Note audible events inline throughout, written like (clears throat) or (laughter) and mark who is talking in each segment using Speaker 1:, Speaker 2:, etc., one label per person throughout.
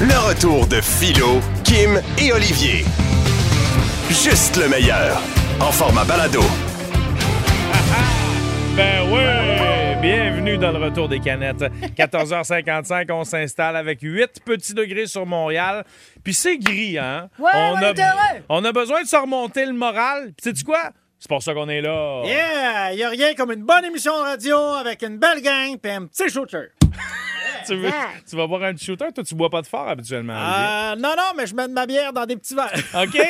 Speaker 1: Le retour de Philo, Kim et Olivier. Juste le meilleur. En format balado.
Speaker 2: Ben oui! Bienvenue dans le retour des
Speaker 3: (laughs)
Speaker 2: canettes. 14h55, on s'installe avec 8 petits degrés sur Montréal. Puis c'est gris, hein?
Speaker 3: Ouais, on
Speaker 2: a,
Speaker 3: est heureux.
Speaker 2: on a besoin de se remonter le moral. Puis sais-tu quoi? C'est pour ça qu'on est là.
Speaker 4: Yeah! Y a rien comme une bonne émission de radio avec une belle gang pis un petit shooter. Euh,
Speaker 2: Tu, veux- tu vas boire un petit shooter? Toi, tu bois pas de fort habituellement. Olivier.
Speaker 4: Euh, non, non, mais je mets de ma bière dans des
Speaker 3: (laughs)
Speaker 4: petits verres.
Speaker 3: Ah.
Speaker 2: OK!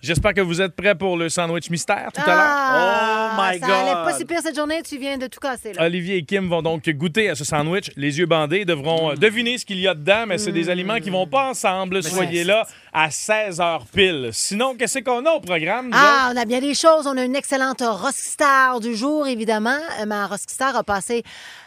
Speaker 2: J'espère que vous êtes prêts pour le sandwich mystère tout à l'heure.
Speaker 3: Ah,
Speaker 4: Oh my
Speaker 3: Ça allait
Speaker 4: God.
Speaker 3: pas si pire cette journée, tu viens de tout casser. Là.
Speaker 2: Olivier et Kim vont donc goûter à ce sandwich. Les yeux bandés ils devront euh, deviner ce qu'il y a dedans, mais c'est des aliments qui vont pas ensemble. Soyez là à 16h pile. Sinon, qu'est-ce qu'on a au programme? nous autres?
Speaker 3: Ah, on a bien des choses. On a une excellente Rockstar du jour, évidemment. Euh, Ma Rockstar a passé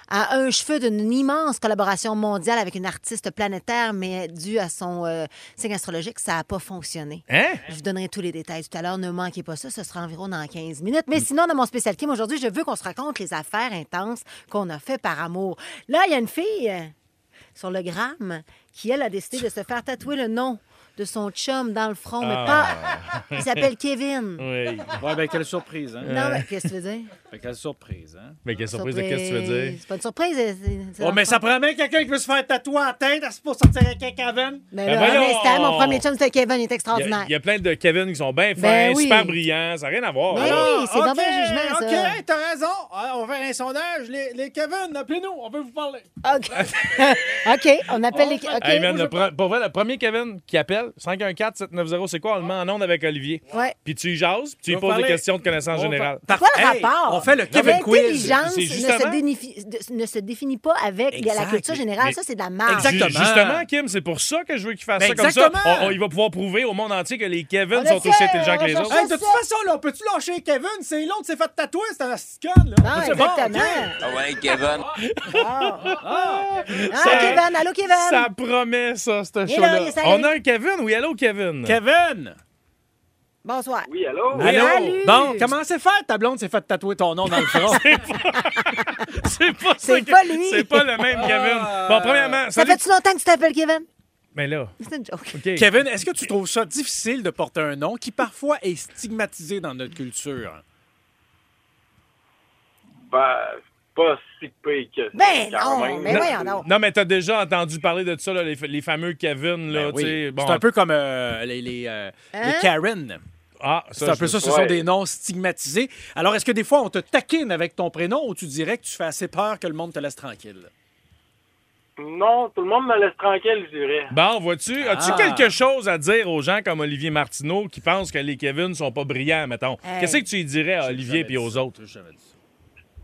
Speaker 3: à un cheveu d'une immense collaboration mondiale avec une artiste planétaire, mais dû à son euh, signe astrologique, ça n'a pas fonctionné.
Speaker 2: Hein?
Speaker 3: Je vous donnerai tous les détails tout à l'heure. Ne manquez pas ça. Ce sera environ dans 15 minutes. Mais sinon, dans mon spécial Kim, aujourd'hui, je veux qu'on se raconte les affaires intenses qu'on a fait par amour. Là, il y a une fille euh, sur le gramme qui, elle, a décidé de se faire tatouer le nom de son chum dans le front, mais
Speaker 2: Ah.
Speaker 3: pas. Il s'appelle
Speaker 2: (laughs)
Speaker 3: Kevin.
Speaker 2: Oui.
Speaker 4: Ouais, ben quelle surprise, hein?
Speaker 3: Non, mais qu'est-ce que tu veux dire?
Speaker 4: Ben, quelle surprise, hein?
Speaker 2: Mais quelle surprise de qu'est-ce que tu veux dire?
Speaker 3: C'est pas une surprise. c'est- c'est- c'est
Speaker 4: Oh, mais ça prend bien quelqu'un qui veut se faire tatouer en tête c'est pour sortir avec un Kevin.
Speaker 3: Mais
Speaker 2: Ben
Speaker 3: là,
Speaker 2: voyons!
Speaker 3: à l'instant, mon premier chum, c'était Kevin. Il est
Speaker 2: Il y a-
Speaker 3: extraordinaire.
Speaker 2: (laughs) il y, a plein de Kevin qui sont bien fins,
Speaker 3: Ben oui.
Speaker 2: super brillants, ça n'a rien à voir.
Speaker 3: Ben
Speaker 2: là.
Speaker 3: oui, c'est dans un jugement, ça.
Speaker 4: OK, t'as raison. Ah, On va faire un sondage. Les, les Kevin, appelez-nous, on veut vous parler.
Speaker 3: OK. (laughs) OK, on appelle les. OK.
Speaker 2: Oh, Hey, man, le pre- pour vrai, le premier Kevin qui appelle, 514-790, c'est quoi? On le met en onde avec Olivier.
Speaker 3: Ouais.
Speaker 2: Puis tu y jases, puis tu lui
Speaker 4: On va
Speaker 2: poses des
Speaker 4: parler-
Speaker 2: questions de connaissances générales.
Speaker 3: C'est quoi le
Speaker 4: Hey,
Speaker 3: rapport?
Speaker 4: On fait le Kevin quiz.
Speaker 3: L'intelligence
Speaker 2: C'est
Speaker 3: ne, se
Speaker 2: justement-
Speaker 3: dénifi- de- ne se définit pas avec la
Speaker 4: Exact.
Speaker 3: culture générale.
Speaker 2: Mais-
Speaker 3: ça, c'est de la marge.
Speaker 4: Exact. Exactement.
Speaker 2: Ju- Justement, Kim, c'est pour ça que je veux qu'il fasse
Speaker 4: Ben,
Speaker 2: ça comme ça.
Speaker 4: exactement.
Speaker 2: On- on- il va pouvoir prouver au monde entier que les Kevin
Speaker 3: On
Speaker 2: sont
Speaker 3: essaie,
Speaker 2: aussi intelligents
Speaker 3: on
Speaker 2: que les
Speaker 3: recherche
Speaker 2: autres.
Speaker 3: ça.
Speaker 4: Hey, de toute façon, là, on peut-tu lâcher Kevin? C'est l'autre qui s'est fait tatouer, c'est un scan, là.
Speaker 3: Ah,
Speaker 4: C'est bon,
Speaker 3: exactement.
Speaker 4: OK.
Speaker 5: Ah ouais, Kevin.
Speaker 3: Ah, Kevin, allô, Kevin.
Speaker 2: Ça promet, ça, ce
Speaker 3: Il est là,
Speaker 2: show-là.
Speaker 3: il est salé.
Speaker 2: On a un Kevin? Oui, allô, Kevin?
Speaker 4: Kevin!
Speaker 3: Bonsoir.
Speaker 4: Allô?
Speaker 3: Salut!
Speaker 4: Bon, comment c'est fait? Ta blonde s'est fait tatouer ton nom dans
Speaker 2: (laughs)
Speaker 4: le front.
Speaker 2: C'est pas ça
Speaker 3: C'est
Speaker 2: que-
Speaker 3: pas lui.
Speaker 2: C'est pas le même Kevin.
Speaker 4: Ah.
Speaker 2: Bon, premièrement,
Speaker 3: Ça
Speaker 2: salut-
Speaker 3: fait-tu longtemps que tu t'appelles Kevin?
Speaker 2: Mais là,
Speaker 3: C'est une joke.
Speaker 2: OK.
Speaker 4: Kevin, est-ce que tu trouves ça difficile de porter un nom qui parfois est stigmatisé dans notre culture?
Speaker 6: Ben, pas si pire que ça.
Speaker 3: Ben
Speaker 6: quand
Speaker 3: non,
Speaker 6: même.
Speaker 3: mais voyons donc.
Speaker 2: Non, mais t'as déjà entendu parler de ça, là, les, les fameux Kevin, là,
Speaker 4: Ben oui.
Speaker 2: tu sais. Bon,
Speaker 4: C'est un peu comme euh, les, les, euh,
Speaker 3: Hein?
Speaker 4: les Karen.
Speaker 2: Ah,
Speaker 4: C'est un peu ça, ce sont
Speaker 6: Ouais.
Speaker 4: des noms stigmatisés. Alors, est-ce que des fois, on te taquine avec ton prénom ou tu dirais que tu fais assez peur que le monde te laisse tranquille?
Speaker 6: Non, tout le monde me laisse tranquille, je dirais.
Speaker 2: Bon, vois-tu, as-tu
Speaker 4: Ah.
Speaker 2: quelque chose à dire aux gens comme Olivier Martineau qui pensent que les Kevin sont pas brillants, mettons?
Speaker 3: Hey.
Speaker 2: Qu'est-ce que tu y dirais à Olivier puis aux autres?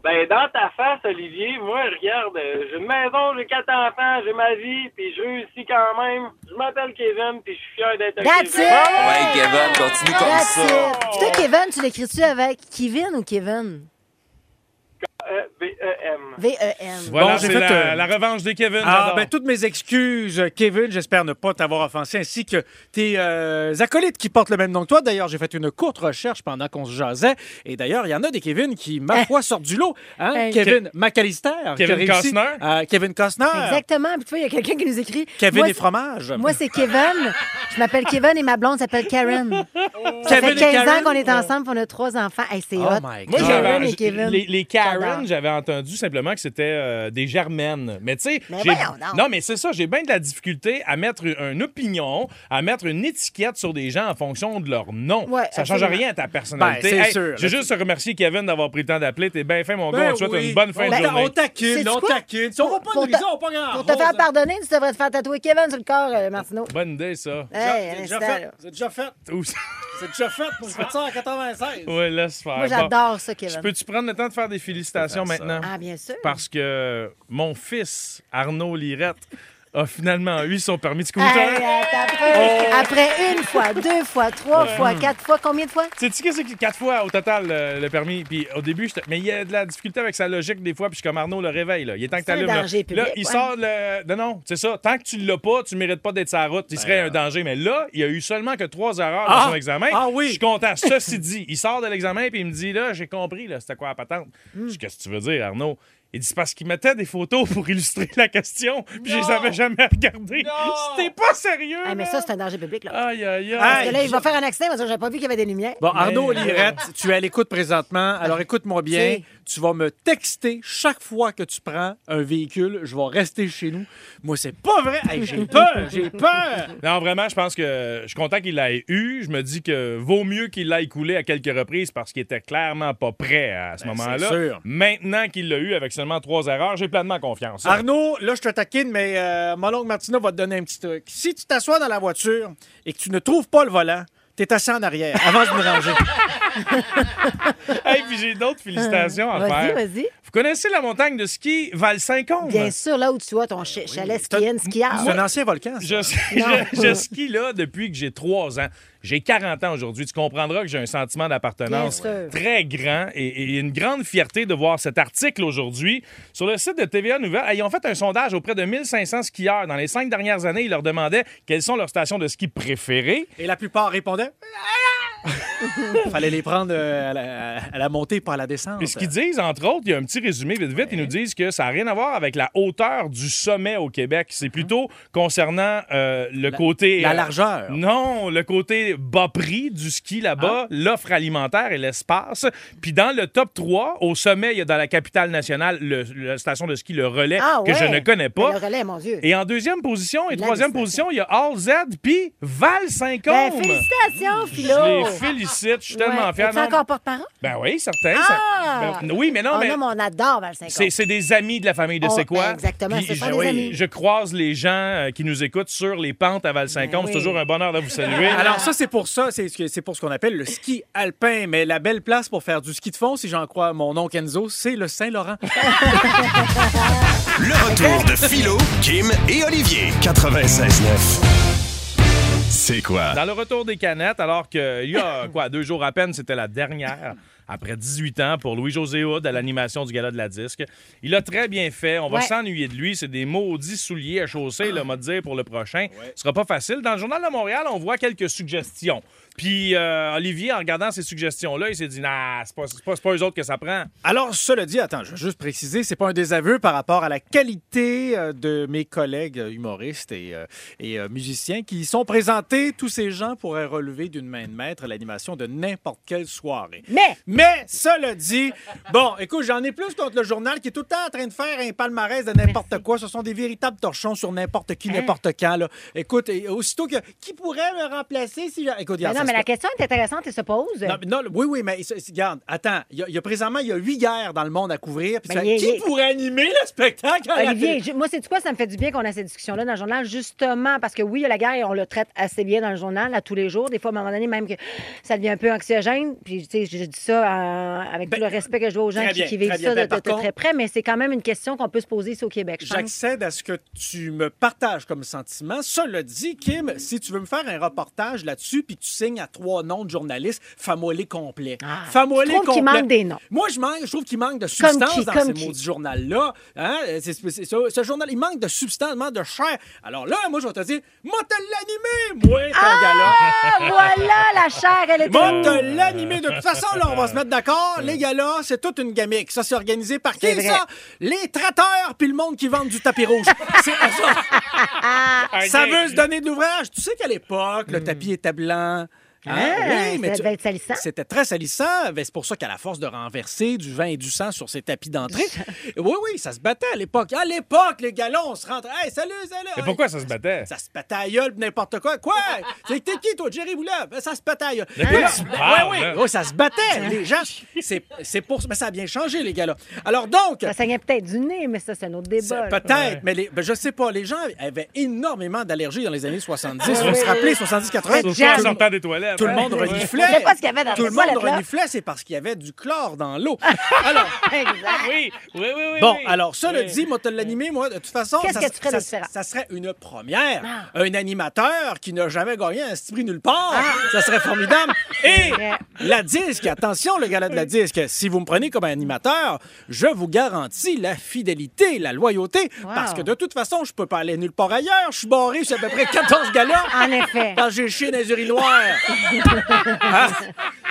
Speaker 6: Ben, dans ta face, Olivier, moi, regarde, euh, j'ai une maison, j'ai quatre enfants, j'ai ma vie, puis je réussis quand même. Je m'appelle Kevin, puis je suis fier d'être un
Speaker 3: That's
Speaker 6: Kevin.
Speaker 3: it!
Speaker 5: Ah ouais, Kevin, continue comme
Speaker 3: That's
Speaker 5: ça.
Speaker 3: it. Toi, Kevin, tu l'écris-tu avec Kevin ou Kevin? E
Speaker 6: Euh, V-E-M.
Speaker 3: V-E-N.
Speaker 2: Voilà,
Speaker 4: Bon, j'ai
Speaker 2: c'est
Speaker 4: fait,
Speaker 2: la,
Speaker 4: euh,
Speaker 2: la revanche des (laughs) Kevin.
Speaker 4: Ah,
Speaker 2: j'adore.
Speaker 4: ben, toutes mes excuses, Kevin. J'espère ne pas t'avoir offensé, ainsi que tes euh, acolytes qui portent le même nom que toi. D'ailleurs, j'ai fait une courte recherche pendant qu'on se jasait. Et d'ailleurs, il y en a des Kevin qui, ma foi, sortent du lot. Hein?
Speaker 3: Eh. Hey.
Speaker 4: Kevin McAllister. qui a
Speaker 2: Kevin
Speaker 4: réussi-
Speaker 2: Costner.
Speaker 4: Euh, Kevin Costner.
Speaker 3: Exactement. Puis tu vois, il y a quelqu'un qui nous écrit.
Speaker 4: Kevin
Speaker 3: Moi,
Speaker 4: et fromage.
Speaker 3: Moi, c'est Kevin. Je m'appelle Kevin et ma blonde s'appelle Karen. Ça
Speaker 4: Kevin
Speaker 3: fait
Speaker 4: et
Speaker 3: 15 ans
Speaker 4: Karen.
Speaker 3: qu'on est ensemble et on a trois enfants. Hey, c'est
Speaker 4: Oh
Speaker 3: hot.
Speaker 2: Moi,
Speaker 4: my God.
Speaker 3: Kevin et
Speaker 2: j'avais
Speaker 3: Kevin.
Speaker 2: les, les Karen,
Speaker 3: J'adore.
Speaker 2: j'avais entendu simplement que c'était euh, des Germaines. Mais tu sais,
Speaker 3: Mais
Speaker 2: j'ai-
Speaker 3: voyons donc.
Speaker 2: non, mais c'est ça, j'ai bien de la difficulté à mettre une opinion, à mettre une étiquette sur des gens en fonction de leur nom.
Speaker 3: Ouais,
Speaker 2: ça change
Speaker 3: absolument.
Speaker 2: rien à ta personnalité.
Speaker 4: Ben, c'est sûr.
Speaker 2: J'ai juste à remercier Kevin d'avoir pris le temps d'appeler. T'es bien fin, mon gars. on te souhaite
Speaker 4: oui.
Speaker 2: une bonne fin
Speaker 4: Ben,
Speaker 2: de journée.
Speaker 4: On taquine,
Speaker 3: Sais-tu
Speaker 4: on
Speaker 3: quoi?
Speaker 4: taquine. Si on va pas
Speaker 3: Pour te-
Speaker 4: de prison, on pas grand
Speaker 3: Pour te
Speaker 2: hein.
Speaker 3: faire pardonner, tu devrais te faire tatouer Kevin sur le corps, euh, Martineau.
Speaker 2: Bonne idée, ça.
Speaker 3: Hey, un
Speaker 4: C'est déjà
Speaker 3: instant,
Speaker 4: fait.
Speaker 3: là.
Speaker 4: C'est déjà fait.
Speaker 2: Ouh, ça- (laughs)
Speaker 4: C'est déjà fait. Moi, je fais ça en 96.
Speaker 2: ouais, laisse faire.
Speaker 3: Moi,
Speaker 2: Bon.
Speaker 3: j'adore ça,
Speaker 2: Je
Speaker 3: Kevin.
Speaker 2: Peux-tu prendre le temps de faire des félicitations
Speaker 4: Faire ça.
Speaker 2: maintenant?
Speaker 3: Ah, bien sûr.
Speaker 2: Parce que mon fils, Arnaud Lirette, a finalement eu son permis de scooter.
Speaker 3: Hey, attends un peu. (laughs) Après une fois, deux fois, trois fois, quatre fois, combien de fois?
Speaker 2: Sais-tu que c'est que quatre fois au total euh, le permis? Puis au début, j'étais- mais il y a de la difficulté avec sa logique des fois. Puis je suis comme Arnaud le réveil. Là. Il est temps que
Speaker 3: C'est un
Speaker 2: tu Là,
Speaker 3: danger public,
Speaker 2: là il
Speaker 3: ouais.
Speaker 2: sort le. Non, non, c'est ça. Tant que tu l'as pas, tu mérites pas d'être sur la route. Il serait un danger. Mais là, il a eu seulement que trois erreurs dans
Speaker 4: Ben, euh. Ah!
Speaker 2: son examen.
Speaker 4: Ah oui!
Speaker 2: Je suis content.
Speaker 3: Hmm.
Speaker 2: Ceci dit, il sort de l'examen puis il me dit là, j'ai compris, là, c'était quoi la patente. Je dis, Qu'est-ce que tu veux dire, Arnaud? Il dit c'est parce qu'il mettait des photos (laughs) pour illustrer la question, puis je les avais jamais regardées. C'était pas sérieux.
Speaker 3: Ah, mais
Speaker 2: là.
Speaker 3: ça, c'est un danger public, là.
Speaker 2: Aïe, aïe,
Speaker 3: Parce
Speaker 2: aïe.
Speaker 3: que là, il va faire un accident parce que j'avais pas vu qu'il y avait des lumières.
Speaker 4: Bon, Arnaud
Speaker 2: Mais- euh,
Speaker 4: Lirette, tu es à l'écoute présentement. Alors écoute-moi bien.
Speaker 3: Si.
Speaker 4: Tu vas me texter chaque fois que tu prends un véhicule. Je vais rester chez nous. Moi, c'est pas vrai.
Speaker 2: (laughs)
Speaker 4: Hey, j'ai peur. J'ai peur.
Speaker 2: Non, vraiment, je pense que je suis content qu'il l'ait eu. Je me dis que vaut mieux qu'il l'ait coulé à quelques reprises parce qu'il était clairement pas prêt à ce
Speaker 4: Ben, c'est
Speaker 2: moment-là.
Speaker 4: sûr.
Speaker 2: Maintenant qu'il l'a eu avec seulement trois erreurs, j'ai pleinement confiance.
Speaker 4: Arnaud, là, je te taquine, mais euh, mon oncle Martina va te donner un petit truc. Si tu t'assois dans la voiture et que tu ne trouves pas le volant, t'es assis en arrière, avant de me
Speaker 2: (laughs)
Speaker 4: ranger.
Speaker 2: (laughs) Hey, puis j'ai d'autres félicitations à
Speaker 3: Euh, Vas-y,
Speaker 2: faire.
Speaker 3: vas-y.
Speaker 2: Vous connaissez la montagne de ski Val-Saint-Côme?
Speaker 3: Bien sûr, là où tu as ton ch- chalet
Speaker 4: C'est un-
Speaker 3: skienne, skiable.
Speaker 4: C'est un ancien volcan, ça.
Speaker 2: Je, (laughs) je- je skie là depuis que j'ai 3 ans. J'ai 40 ans aujourd'hui. Tu comprendras que j'ai un sentiment d'appartenance
Speaker 3: Bien sûr.
Speaker 2: très grand et, et une grande fierté de voir cet article aujourd'hui sur le site de TVA Nouvelle. Ils ont fait un sondage auprès de 1500 skieurs. Dans les cinq dernières années, ils leur demandaient quelles sont leurs stations de ski préférées.
Speaker 4: Et la plupart répondaient... (laughs) Fallait les prendre euh, à, la, à la montée, pas à la descente.
Speaker 2: Puis ce qu'ils disent, entre autres, il y a un petit résumé vite vite, ils nous disent que ça n'a rien à voir avec la hauteur du sommet au Québec. C'est plutôt concernant euh, le côté...
Speaker 4: Hein? la
Speaker 2: euh,
Speaker 4: largeur.
Speaker 2: Non, le côté bas prix du ski
Speaker 3: Hein?
Speaker 2: là-bas, l'offre alimentaire et l'espace. Puis dans le top 3, au sommet, il y a dans la capitale nationale le- la station de ski Le Relais,
Speaker 3: Ah
Speaker 2: que je
Speaker 3: ouais.
Speaker 2: ne connais pas.
Speaker 3: Mais Le relais, mon Dieu.
Speaker 2: Et en deuxième position et
Speaker 3: La
Speaker 2: troisième
Speaker 3: destination.
Speaker 2: position, il y a All Z puis Val
Speaker 3: Ben,
Speaker 2: 50.
Speaker 3: félicitations, Philo.
Speaker 2: je les félicite, je suis tellement
Speaker 3: Ouais.
Speaker 2: fier.
Speaker 3: Es-tu
Speaker 2: Non,
Speaker 3: encore porte-parole?
Speaker 2: Ben oui, certain. ça-
Speaker 3: Ah!
Speaker 2: Ben, oui, mais non,
Speaker 3: Oh,
Speaker 2: mais
Speaker 3: on adore Val 50.
Speaker 2: c'est c'est des amis de la famille de
Speaker 3: On-
Speaker 2: C'est quoi.
Speaker 3: ben, exactement,
Speaker 2: Puis
Speaker 3: ce sont
Speaker 2: je,
Speaker 3: des amis.
Speaker 2: je croise les gens euh, qui nous écoutent sur les pentes à Val 50. C'est
Speaker 3: Ben oui.
Speaker 2: toujours un bonheur de vous saluer.
Speaker 4: (laughs) Alors ça, c'est pour ça, c'est ce que- c'est pour ce qu'on appelle le ski alpin. Mais la belle place pour faire du ski de fond, si j'en crois mon oncle Enzo, c'est le Saint-Laurent.
Speaker 1: Le retour de Philo, Kim et Olivier. 96.9. C'est quoi?
Speaker 2: Dans le retour des canettes, alors qu'il y
Speaker 4: (laughs)
Speaker 2: a quoi, deux jours à peine, c'était la dernière, après 18 ans, pour Louis-José Houd à l'animation du Gala de la Disque. Il a très bien fait. On va
Speaker 3: Ouais.
Speaker 2: s'ennuyer de lui. C'est des maudits souliers à chausser, le m'a dire, pour le prochain. Ce sera pas facile. Dans le Journal de Montréal, on voit quelques suggestions. Puis euh, Olivier, en regardant ces suggestions-là, il s'est dit Nah, c'est pas, c'est pas, c'est pas eux autres que ça prend.
Speaker 4: Alors, cela dit, attends, je veux juste préciser, c'est pas un désaveu par rapport à la qualité euh, de mes collègues euh, humoristes et, euh, et, euh, musiciens qui y sont présentés. Tous ces gens pourraient relever d'une main de maître l'animation de n'importe quelle soirée.
Speaker 3: Mais-
Speaker 4: Mais, cela dit, bon, écoute, j'en ai plus contre le journal qui est tout le temps en train de faire un palmarès de n'importe quoi. Ce sont des véritables torchons sur n'importe
Speaker 3: Hein?
Speaker 4: qui, n'importe quand. là. Écoute, et aussitôt que... Qui pourrait me remplacer si... j'a- Écoute,
Speaker 3: Ben
Speaker 4: regarde,
Speaker 3: non,
Speaker 4: ça
Speaker 3: mais
Speaker 4: se
Speaker 3: la question est intéressante et se pose.
Speaker 4: non, mais non, le- oui, oui, mais c'est- c'est- regarde, attends, il y a, il y a présentement, il y a huit guerres dans le monde à couvrir. Puis tu
Speaker 3: Mais
Speaker 4: fais,
Speaker 3: Ben, il-
Speaker 4: qui
Speaker 3: il-
Speaker 4: pourrait animer le spectacle? à la
Speaker 3: Olivier,
Speaker 4: télé?
Speaker 3: je- moi, c'est quoi? Ça me fait du bien qu'on a cette discussion-là dans le journal, justement, parce que oui, il y a la guerre et on le traite assez bien dans le journal, à tous les jours. Des fois, à un moment donné, même que ça devient un peu anxiogène. Puis, tu sais, je je dis ça euh, avec
Speaker 4: Ben,
Speaker 3: tout le respect que je dois aux gens
Speaker 4: très
Speaker 3: qui,
Speaker 4: bien,
Speaker 3: qui vivent
Speaker 4: très bien.
Speaker 3: ça de,
Speaker 4: Ben, par
Speaker 3: de- de
Speaker 4: contre-
Speaker 3: très près, mais c'est quand même une question qu'on peut se poser ici au Québec, je pense.
Speaker 4: J'accède à ce que tu me partages comme sentiment. Cela dit, Kim, si tu veux me faire un reportage là-dessus puis que tu signes à trois noms de journalistes, fais-moi les complets.
Speaker 3: Ah,
Speaker 4: Fais-moi
Speaker 3: tu
Speaker 4: les
Speaker 3: trouves qu'il
Speaker 4: complets.
Speaker 3: manque des noms?
Speaker 4: Moi, je, manque, je trouve qu'il manque de substance
Speaker 3: qui,
Speaker 4: dans
Speaker 3: comme
Speaker 4: ces
Speaker 3: qui?
Speaker 4: maudits journal-là. Hein? C'est- c'est- c'est- ce, ce journal, il manque de substance, il manque de chair. Alors là, moi, je vais te dire, moi, te l'animer, moi, ton gars-là.
Speaker 3: Ah, voilà la chair, elle est
Speaker 4: Bon,
Speaker 3: trop-
Speaker 4: t'as l'animé. De toute façon, là, on va se mettre d'accord. Les gars-là, c'est toute une gamique. Ça, c'est organisé par qui,
Speaker 3: C'est vrai.
Speaker 4: ça? Les traiteurs puis le monde qui vend du tapis rouge. c'est ça. Ah, Ça veut se donner de l'ouvrage. Tu sais qu'à l'époque, le tapis était blanc. Hein?
Speaker 3: Ah, ça devait être salissant.
Speaker 4: C'était très salissant. Ben, c'est pour ça qu'à la force de renverser du vin et du sang sur ces tapis d'entrée, oui, oui, ça se battait à l'époque. À l'époque, les gars-là, on se rentrait. Hey, salut, salut.
Speaker 2: Mais
Speaker 4: Hey,
Speaker 2: pourquoi ça se battait?
Speaker 4: ça se pète à la gueule, pis n'importe quoi. Quoi? C'est t'es qui, toi, Jerry Boulev? Ben, Ça se pète à la gueule.
Speaker 2: quoi
Speaker 4: Et là-
Speaker 2: tu
Speaker 4: Ben,
Speaker 2: parles,
Speaker 4: ouais,
Speaker 2: là?
Speaker 4: ouais, ouais, ça se battait. Les gens, c'est c'est pour Mais ça a bien changé, les gars-là. Alors donc,
Speaker 3: Ça saignait peut-être du nez, mais ça, c'est un autre débat.
Speaker 4: c'est-
Speaker 3: là.
Speaker 4: peut-être, (laughs) mais les, ben, je sais pas, les gens avaient énormément d'allergies dans les années 70. Vous
Speaker 3: oui,
Speaker 4: vous rappelez,
Speaker 3: oui. Surtout
Speaker 4: 70-80?
Speaker 2: Surtout en
Speaker 3: Jam.
Speaker 2: sortant des toilettes.
Speaker 4: Tout le
Speaker 2: hein?
Speaker 4: monde
Speaker 2: Ouais.
Speaker 4: reniflait.
Speaker 3: Je sais pas ce qu'il y avait dans
Speaker 4: Tout
Speaker 3: les
Speaker 4: le monde
Speaker 3: toilettes, là.
Speaker 4: reniflait, c'est parce qu'il y avait du chlore dans l'eau. Alors,
Speaker 3: Exact.
Speaker 2: Oui, oui, oui. oui,
Speaker 4: Bon,
Speaker 2: oui.
Speaker 4: alors, ça, le
Speaker 2: Oui.
Speaker 4: dit, moi, te l'animé, moi, de toute façon,
Speaker 3: Qu'est-ce
Speaker 4: ça,
Speaker 3: que tu ferais de Ah.
Speaker 4: ça-
Speaker 3: différent?
Speaker 4: ça serait une première. Un animateur qui n'a jamais gagné un petit prix nulle part,
Speaker 3: Ah.
Speaker 4: ça serait
Speaker 3: (laughs)
Speaker 4: formidable. Et
Speaker 3: vrai.
Speaker 4: la disque, attention, le gala de la disque, si vous me prenez comme un animateur, je vous garantis la fidélité, la loyauté,
Speaker 3: Wow.
Speaker 4: parce que de toute façon, je peux pas aller nulle part ailleurs. Je suis barré sur à peu près 14 galas.
Speaker 3: En effet. (laughs)
Speaker 4: Quand j'ai chié dans les urinoirs. Hein?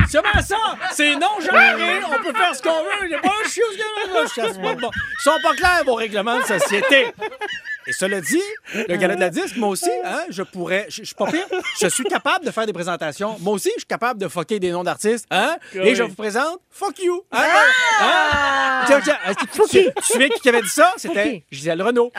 Speaker 4: C'est comment ça? C'est non genré, on peut faire ce qu'on veut. Il n'y a pas un chien qui a pas de bon. Ils sont pas clairs, vos règlements de société. Et cela dit, le gala de la disque, moi aussi, hein, je pourrais. Je je suis pas pire. Je suis capable de faire des présentations. Moi aussi, je suis capable de fucker des noms d'artistes. Hein? Et je vous présente Fuck You. Hein? Hein? Tiens, tiens, est-ce que
Speaker 3: Ah! Fuck you.
Speaker 4: Tu, tu sais qui avait dit ça?
Speaker 3: Fuck Ah!
Speaker 4: C'était Gisèle Renault.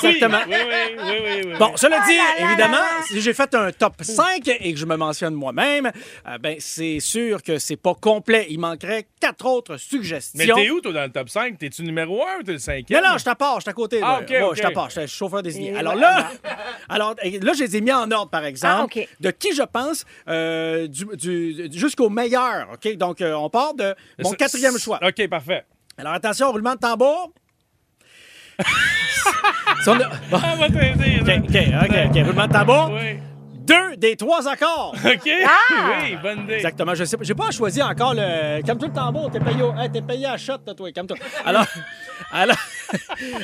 Speaker 4: Exactement.
Speaker 2: Oui, oui, oui, oui, oui.
Speaker 4: Bon, cela dit, évidemment, si j'ai fait un top 5 et que je me mentionne moi-même, euh, ben c'est sûr que c'est pas complet. Il manquerait quatre autres
Speaker 2: Mais
Speaker 4: suggestions.
Speaker 2: t'es où, toi, dans le top 5? T'es-tu numéro 1 ou t'es le
Speaker 4: Non,
Speaker 2: cinquième?
Speaker 4: non, je t'apporte, je suis à côté.
Speaker 2: Ah,
Speaker 4: moi.
Speaker 2: ok,
Speaker 4: Ouais,
Speaker 2: ok.
Speaker 4: Je t'apporte, je suis chauffeur désigné. Alors là, (laughs) alors, euh, là, je les ai mis en ordre, par exemple,
Speaker 3: Ah, ok.
Speaker 4: de qui je pense euh, du, du- du- jusqu'au meilleur. OK? Donc, euh, on part de mon
Speaker 2: C'est-
Speaker 4: quatrième choix.
Speaker 2: OK, parfait.
Speaker 4: Alors, attention, roulement de
Speaker 2: (laughs)
Speaker 4: tambour. Si on a- (laughs) Bon,
Speaker 2: Ah, On va t'aider.
Speaker 4: OK,
Speaker 2: là.
Speaker 4: OK, OK, OK, roulement de tambour.
Speaker 2: Oui.
Speaker 4: Deux des trois accords.
Speaker 2: OK.
Speaker 4: Ah!
Speaker 2: (laughs) Oui, bonne idée.
Speaker 4: Exactement. Je sais pas. J'ai pas choisi encore le. Comme tout le tambour, t'es payé, au... hey, t'es payé à shot, là, toi. Comme toi. Alors, (laughs) alors,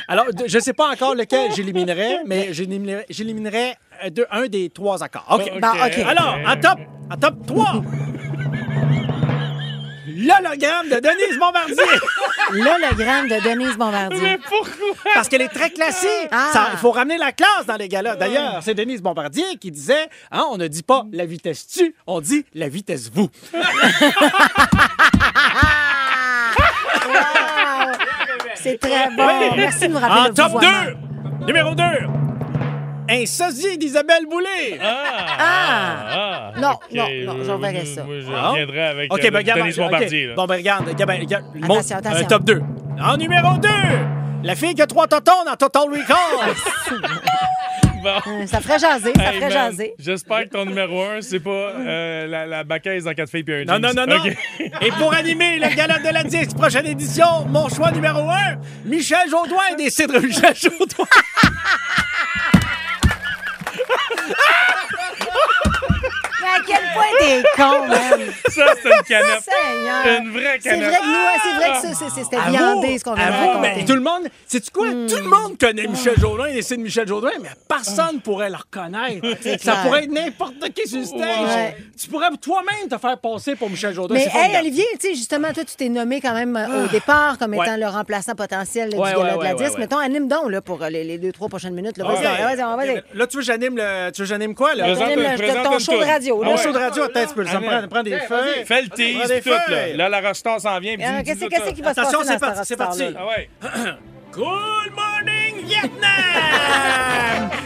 Speaker 4: alors, de- je sais pas encore lequel j'éliminerais, mais j'éliminerais, j'éliminerais euh, deux- un des trois accords. Bah, Ok.
Speaker 2: OK.
Speaker 3: Bon, OK.
Speaker 4: Alors, en top, en top 3. L'hologramme de Denise
Speaker 3: (laughs)
Speaker 4: Bombardier.
Speaker 3: L'hologramme de Denise
Speaker 2: Mais
Speaker 3: Bombardier.
Speaker 2: pourquoi?
Speaker 4: Parce qu'elle est très classique.
Speaker 3: Ah.
Speaker 4: Ça- Il faut ramener la classe dans les galas. D'ailleurs, c'est Denise Bombardier qui disait hein, on ne dit pas la vitesse tu, on dit la vitesse vous.
Speaker 3: Ah! Wow! C'est
Speaker 4: (laughs)
Speaker 3: très bon. Merci de nous rappeler
Speaker 4: En
Speaker 3: le
Speaker 4: top 2,
Speaker 3: vouvoiement.
Speaker 4: numéro 2, un sosie d'Isabelle Boulay.
Speaker 2: Ah!
Speaker 3: Ah. Non,
Speaker 2: OK,
Speaker 3: non, non,
Speaker 2: oui,
Speaker 3: j'enverrai
Speaker 2: oui,
Speaker 3: ça.
Speaker 2: Moi, je
Speaker 4: Ah.
Speaker 2: reviendrai avec
Speaker 4: OK,
Speaker 2: euh,
Speaker 4: ben,
Speaker 2: Denise
Speaker 4: Gab-
Speaker 2: Bombardier.
Speaker 4: OK.
Speaker 2: là.
Speaker 4: Bon, ben, regarde, Gab- Gab- mon-
Speaker 3: Attention, attention.
Speaker 4: euh, top 2. En numéro 2, la fille qui a trois totons dans Total
Speaker 3: (laughs)
Speaker 4: Recall.
Speaker 2: Bon.
Speaker 3: Ça ferait jaser, ça
Speaker 2: Hey,
Speaker 3: ferait
Speaker 2: man,
Speaker 3: jaser.
Speaker 2: J'espère que ton numéro 1, c'est pas euh, la, la baquette dans 4 filles puis un
Speaker 4: non,
Speaker 2: jeans.
Speaker 4: non, non, non.
Speaker 2: OK. (laughs)
Speaker 4: Et pour animer le gala de la disque, prochaine édition, mon choix numéro 1, Michel Jaudoin des Cèdres Michel Jaudoin.
Speaker 3: Mais à quel point t'es con, man! Ah,
Speaker 2: Ça, c'est une canette.
Speaker 3: Seigneur!
Speaker 2: Une vraie
Speaker 3: C'est
Speaker 2: canette.
Speaker 3: vrai que nous, c'est vrai que ça, c'est- c'est- c'était viandé, ce qu'on vient de
Speaker 4: Avoue, mais tout
Speaker 3: raconter. Hmm.
Speaker 4: le monde, sais-tu quoi? Tout le monde connaît Michel Jourdain et les signes de Michel Jourdain, mais personne pourrait le reconnaître.
Speaker 3: Ah. C'est
Speaker 4: Ça
Speaker 3: clair.
Speaker 4: pourrait être n'importe qui sur le stage.
Speaker 3: Ouais.
Speaker 4: Tu pourrais toi-même te faire passer pour Michel Jourdain.
Speaker 3: Mais,
Speaker 4: c'est
Speaker 3: hey,
Speaker 4: formidable.
Speaker 3: Olivier, tu sais, justement, toi, tu t'es nommé quand même euh, au départ comme étant
Speaker 4: Ah! Ouais.
Speaker 3: le remplaçant potentiel là,
Speaker 4: Ouais,
Speaker 3: du gala de
Speaker 4: ouais,
Speaker 3: la
Speaker 4: ouais, Ah, ouais,
Speaker 3: disque.
Speaker 4: ouais.
Speaker 3: Mettons, anime donc, là, pour euh, les, les deux, trois prochaines minutes. Là,
Speaker 4: Ok.
Speaker 3: vas-y, vas-y, on va Euh,
Speaker 4: Ok, mais Là, tu veux que j'anime le... Tu veux que j'anime quoi, là?
Speaker 2: Présente-
Speaker 3: Anime le-
Speaker 2: présente
Speaker 3: ton
Speaker 2: une
Speaker 3: show de
Speaker 2: toune.
Speaker 3: radio,
Speaker 2: Ah
Speaker 3: là.
Speaker 4: Un
Speaker 2: ouais.
Speaker 4: show de radio, attends, tu peux le ça me prend- prend des feuilles.
Speaker 2: Fais le tease,
Speaker 4: Prends des
Speaker 2: tout, là.
Speaker 4: feuilles.
Speaker 2: Là, la rockstar s'en vient. puis
Speaker 3: Alors,
Speaker 2: dis-nous
Speaker 3: Euh, Qu'est-ce
Speaker 2: tout
Speaker 3: qu'est-ce
Speaker 2: ça.
Speaker 3: qui va se passer?
Speaker 4: Attention,
Speaker 3: dans
Speaker 4: c'est
Speaker 3: cette
Speaker 4: parti, c'est parti.
Speaker 3: rockstar-là?
Speaker 2: Ah ouais.
Speaker 4: Cool Morning Vietnam!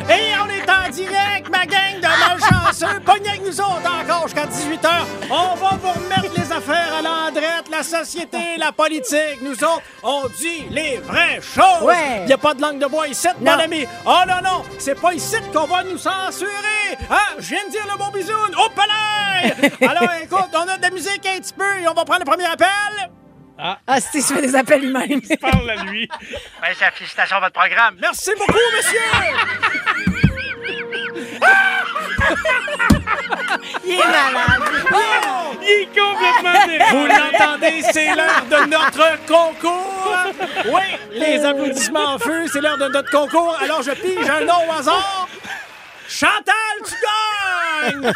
Speaker 4: (laughs) Et on est en direct, ma gang de malchanceux! Pognez avec nous autres encore jusqu'à 18h! On va vous remettre les affaires à l'endrette, la société, la politique. Nous autres, on dit les vraies choses!
Speaker 3: Ouais.
Speaker 4: Il n'y a pas de langue de bois ici, mon
Speaker 3: Non.
Speaker 4: ami! Oh non, non! C'est pas ici qu'on va nous censurer! Hein? Je viens de dire le bon bisoun! Au
Speaker 3: (laughs)
Speaker 4: palais! Alors écoute, on a de la musique un petit peu et on va prendre le premier appel!
Speaker 3: Ah, si, je fais des appels lui-même.
Speaker 2: Parle à lui.
Speaker 4: félicitations à votre programme. Merci beaucoup, monsieur!
Speaker 3: Il est malade.
Speaker 2: Il est complètement débile.
Speaker 4: Vous l'entendez, c'est l'heure de notre concours! Oui, les applaudissements en feu, c'est l'heure de notre concours. Alors, je pige un nom au hasard. Chantal, tu gagnes!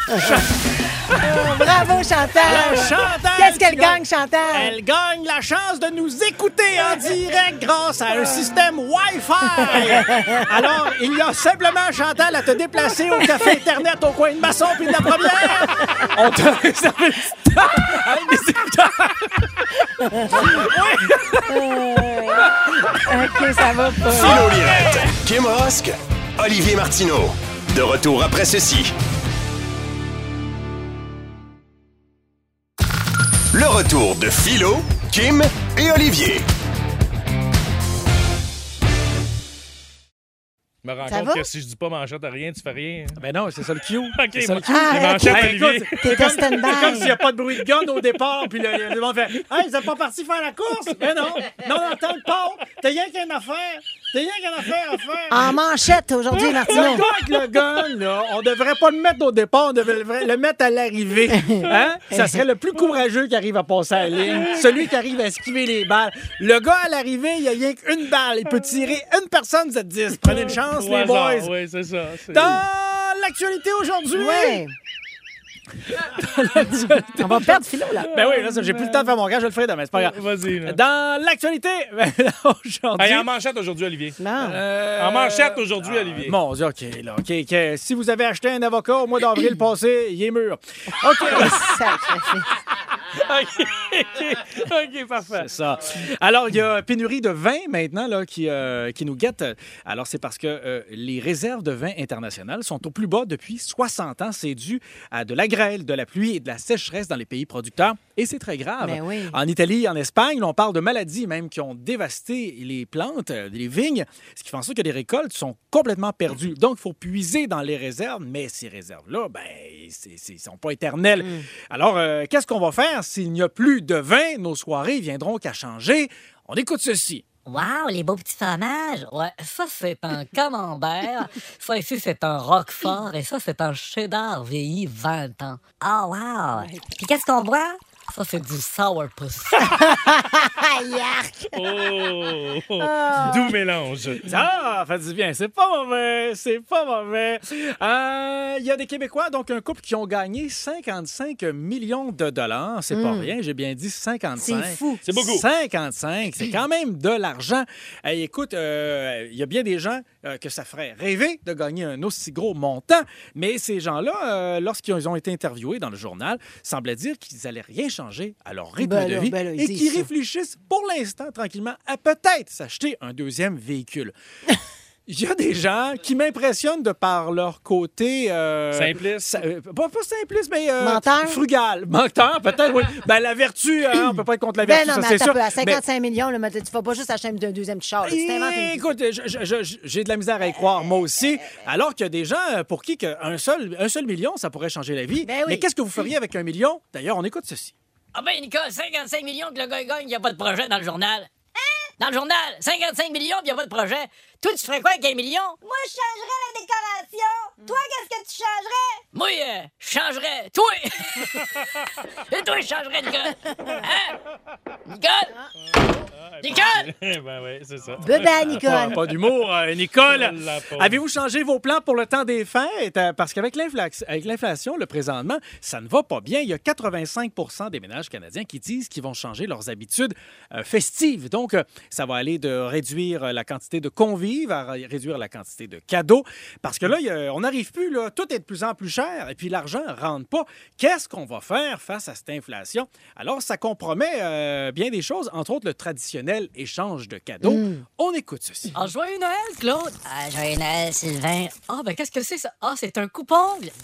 Speaker 3: Bravo, Chantal.
Speaker 4: Alors, Chantal,
Speaker 3: Qu'est-ce qu'elle
Speaker 4: tu
Speaker 3: gagne,
Speaker 4: gagnes.
Speaker 3: Chantal?
Speaker 4: Elle gagne la chance de nous écouter en direct grâce à un système Wi-Fi. Alors, il y a simplement, Chantal, à te déplacer au café Internet au coin de Masson puis de la première. On te réserve une petite table avec des écouteurs.
Speaker 3: OK, ça va pas.
Speaker 1: Philo Lirette, Kim Rosk, Olivier Martineau. De retour après ceci. Le retour de Philo, Kim et Olivier.
Speaker 2: Je me rends
Speaker 3: Ça
Speaker 2: compte
Speaker 3: va?
Speaker 2: que si je dis pas manchette à rien, tu fais rien.
Speaker 4: Ben non, c'est ça le cue.
Speaker 2: OK,
Speaker 4: C'est ça le
Speaker 2: bon.
Speaker 4: cue.
Speaker 3: Ah,
Speaker 2: Les manchettes,
Speaker 4: Ben,
Speaker 2: Olivier.
Speaker 4: écoute,
Speaker 3: T'es en stand-by.
Speaker 4: C'est comme s'il n'y a pas de bruit de gun au départ, puis le, le monde fait Hey, vous n'êtes pas parti faire la course? Mais non, non, on entend le pont. T'as rien qu'une affaire. T'as rien qu'une affaire à faire.
Speaker 3: En manchette aujourd'hui,
Speaker 4: Ah, Le
Speaker 3: Martineau.
Speaker 4: gars avec le gun, là, on devrait pas le mettre au départ, on devrait le mettre à l'arrivée. Hein? Ça serait le plus courageux qui arrive à passer à la ligne. Celui qui arrive à esquiver les balles. Le gars à l'arrivée, il y a rien qu'une balle. Il peut tirer une personne, vous êtes 10. Prenez une chance,
Speaker 2: Au
Speaker 4: les
Speaker 2: hasard,
Speaker 4: boys.
Speaker 2: Oui, c'est ça. c'est-
Speaker 4: (laughs) Dans l'actualité aujourd'hui,
Speaker 3: Ouais. On va perdre Philo, là.
Speaker 4: Ben oui, là, ça, j'ai plus le temps de faire mon gars, je le ferai demain, c'est pas grave.
Speaker 2: Vas-y. là.
Speaker 4: Dans l'actualité, (laughs) ben, aujourd'hui.
Speaker 2: Hey, en manchette aujourd'hui, Olivier.
Speaker 3: Non.
Speaker 4: euh,
Speaker 2: En manchette aujourd'hui, Olivier. (laughs)
Speaker 4: Mon Dieu, OK, là, OK, OK. Si vous avez acheté un avocat au mois d'avril passé, il est mûr. OK,
Speaker 3: Ah, Sacrifice.
Speaker 4: Eh
Speaker 2: OK, parfait.
Speaker 4: c'est ça. Alors, il y a pénurie de vin maintenant là, qui, euh, qui nous guette. Alors, c'est parce que euh, les réserves de vin internationales sont au plus bas depuis 60 ans. C'est dû à de la grêle, de la pluie et de la sécheresse dans les pays producteurs. Et c'est très grave.
Speaker 3: Ben oui.
Speaker 4: En Italie, en Espagne, là, on parle de maladies même qui ont dévasté les plantes, euh, les vignes, ce qui fait en sorte que les récoltes sont complètement perdues. Donc, il faut puiser dans les réserves, mais ces réserves-là, ben, c'est- c'est- ils ne sont pas éternelles.
Speaker 3: Mm.
Speaker 4: Alors, euh, qu'est-ce qu'on va faire s'il n'y a plus de vin? Nos soirées viendront qu'à changer. On écoute ceci.
Speaker 7: Wow, les beaux petits fromages! Ouais, ça, c'est un (laughs) camembert. ça, ici, c'est un roquefort. Et ça, c'est un cheddar vieilli 20 ans. Oh, wow! Puis qu'est-ce qu'on boit? Ça, c'est du sourpuss.
Speaker 3: Aïe, arc.
Speaker 2: Oh, Doux mélange.
Speaker 3: Mm.
Speaker 4: Ah, fait du bien. C'est pas mauvais. C'est pas mauvais. Euh, Il y a des Québécois, donc un couple qui ont gagné 55 millions de dollars. C'est pas rien. J'ai bien dit 55.
Speaker 3: Mm. C'est fou.
Speaker 2: C'est beaucoup.
Speaker 4: 55. C'est quand même de l'argent. Hey, écoute, euh, il y a bien des gens euh, que ça ferait rêver de gagner un aussi gros montant. Mais ces gens-là, euh, lorsqu'ils ont été interviewés dans le journal, semblaient dire qu'ils allaient rien changer à leur rythme
Speaker 3: Ben
Speaker 4: de
Speaker 3: là,
Speaker 4: vie
Speaker 3: ben là, ils
Speaker 4: et
Speaker 3: disent
Speaker 4: qu'ils
Speaker 3: ça.
Speaker 4: réfléchissent pour l'instant tranquillement à peut-être s'acheter un
Speaker 3: (laughs)
Speaker 4: deuxième véhicule. Il y a des gens qui m'impressionnent de par leur côté... euh,
Speaker 2: Simpliste.
Speaker 4: sa- euh, pas, pas simpliste, mais... euh,
Speaker 3: Menteur.
Speaker 4: Frugal. Menteur, peut-être,
Speaker 3: (laughs)
Speaker 4: oui. Ben, la vertu, hein, on peut pas être contre la vertu,
Speaker 3: Ben non,
Speaker 4: ça,
Speaker 3: mais
Speaker 4: c'est
Speaker 3: attends un
Speaker 4: sûr.
Speaker 3: peu, à
Speaker 4: Mais-
Speaker 3: 55 millions, là, mais tu vas pas juste acheter un deuxième char. là, Tu t'inventes une-
Speaker 4: Eh, Écoute, je- je- je- j'ai de la misère à y croire, moi aussi. Alors qu'il y a des gens euh, pour qui que un seul, un seul million, ça pourrait changer la vie.
Speaker 3: Ben oui.
Speaker 4: Mais qu'est-ce que vous feriez avec un million? D'ailleurs, on écoute ceci.
Speaker 7: (laughs) Ah ben, Nicole, 55 millions que le gars il gagne, il n'y a pas de projet dans le journal. Dans le journal, 55 millions, puis il n'y a pas de projet. Toi, tu ferais quoi avec un million?
Speaker 8: Moi, je changerais la décoration.
Speaker 3: Mm.
Speaker 8: Toi, qu'est-ce que tu changerais?
Speaker 7: Moi, euh, je changerais. Toi! (laughs) Et toi, je changerais, Nicole! Hein? Nicole! Nicole!
Speaker 2: ben oui, c'est ça.
Speaker 4: Ah,
Speaker 3: Bye-bye, Nicole.
Speaker 4: Pas, pas d'humour, euh, Nicole.
Speaker 2: La pauvre.
Speaker 4: Avez-vous changé vos plans pour le temps des fêtes? Euh, Parce qu'avec l'infla- avec l'inflation, le présentement, ça ne va pas bien. Il y a 85 des ménages canadiens qui disent qu'ils vont changer leurs habitudes euh, festives. Donc, euh, ça va aller de réduire euh, la quantité de convives à ré- réduire la quantité de cadeaux. Parce que là, il y a- on n'arrive plus. Là, tout est de plus en plus cher et puis l'argent ne rentre pas. Qu'est-ce qu'on va faire face à cette inflation? Alors, ça compromet euh, bien des choses, entre autres le traditionnel échange de cadeaux. On écoute ceci.
Speaker 7: Ah, joyeux Noël, Claude!
Speaker 8: Ah, joyeux Noël, Sylvain.
Speaker 7: Ah, ben qu'est-ce que c'est ça? Ah, c'est un coupon!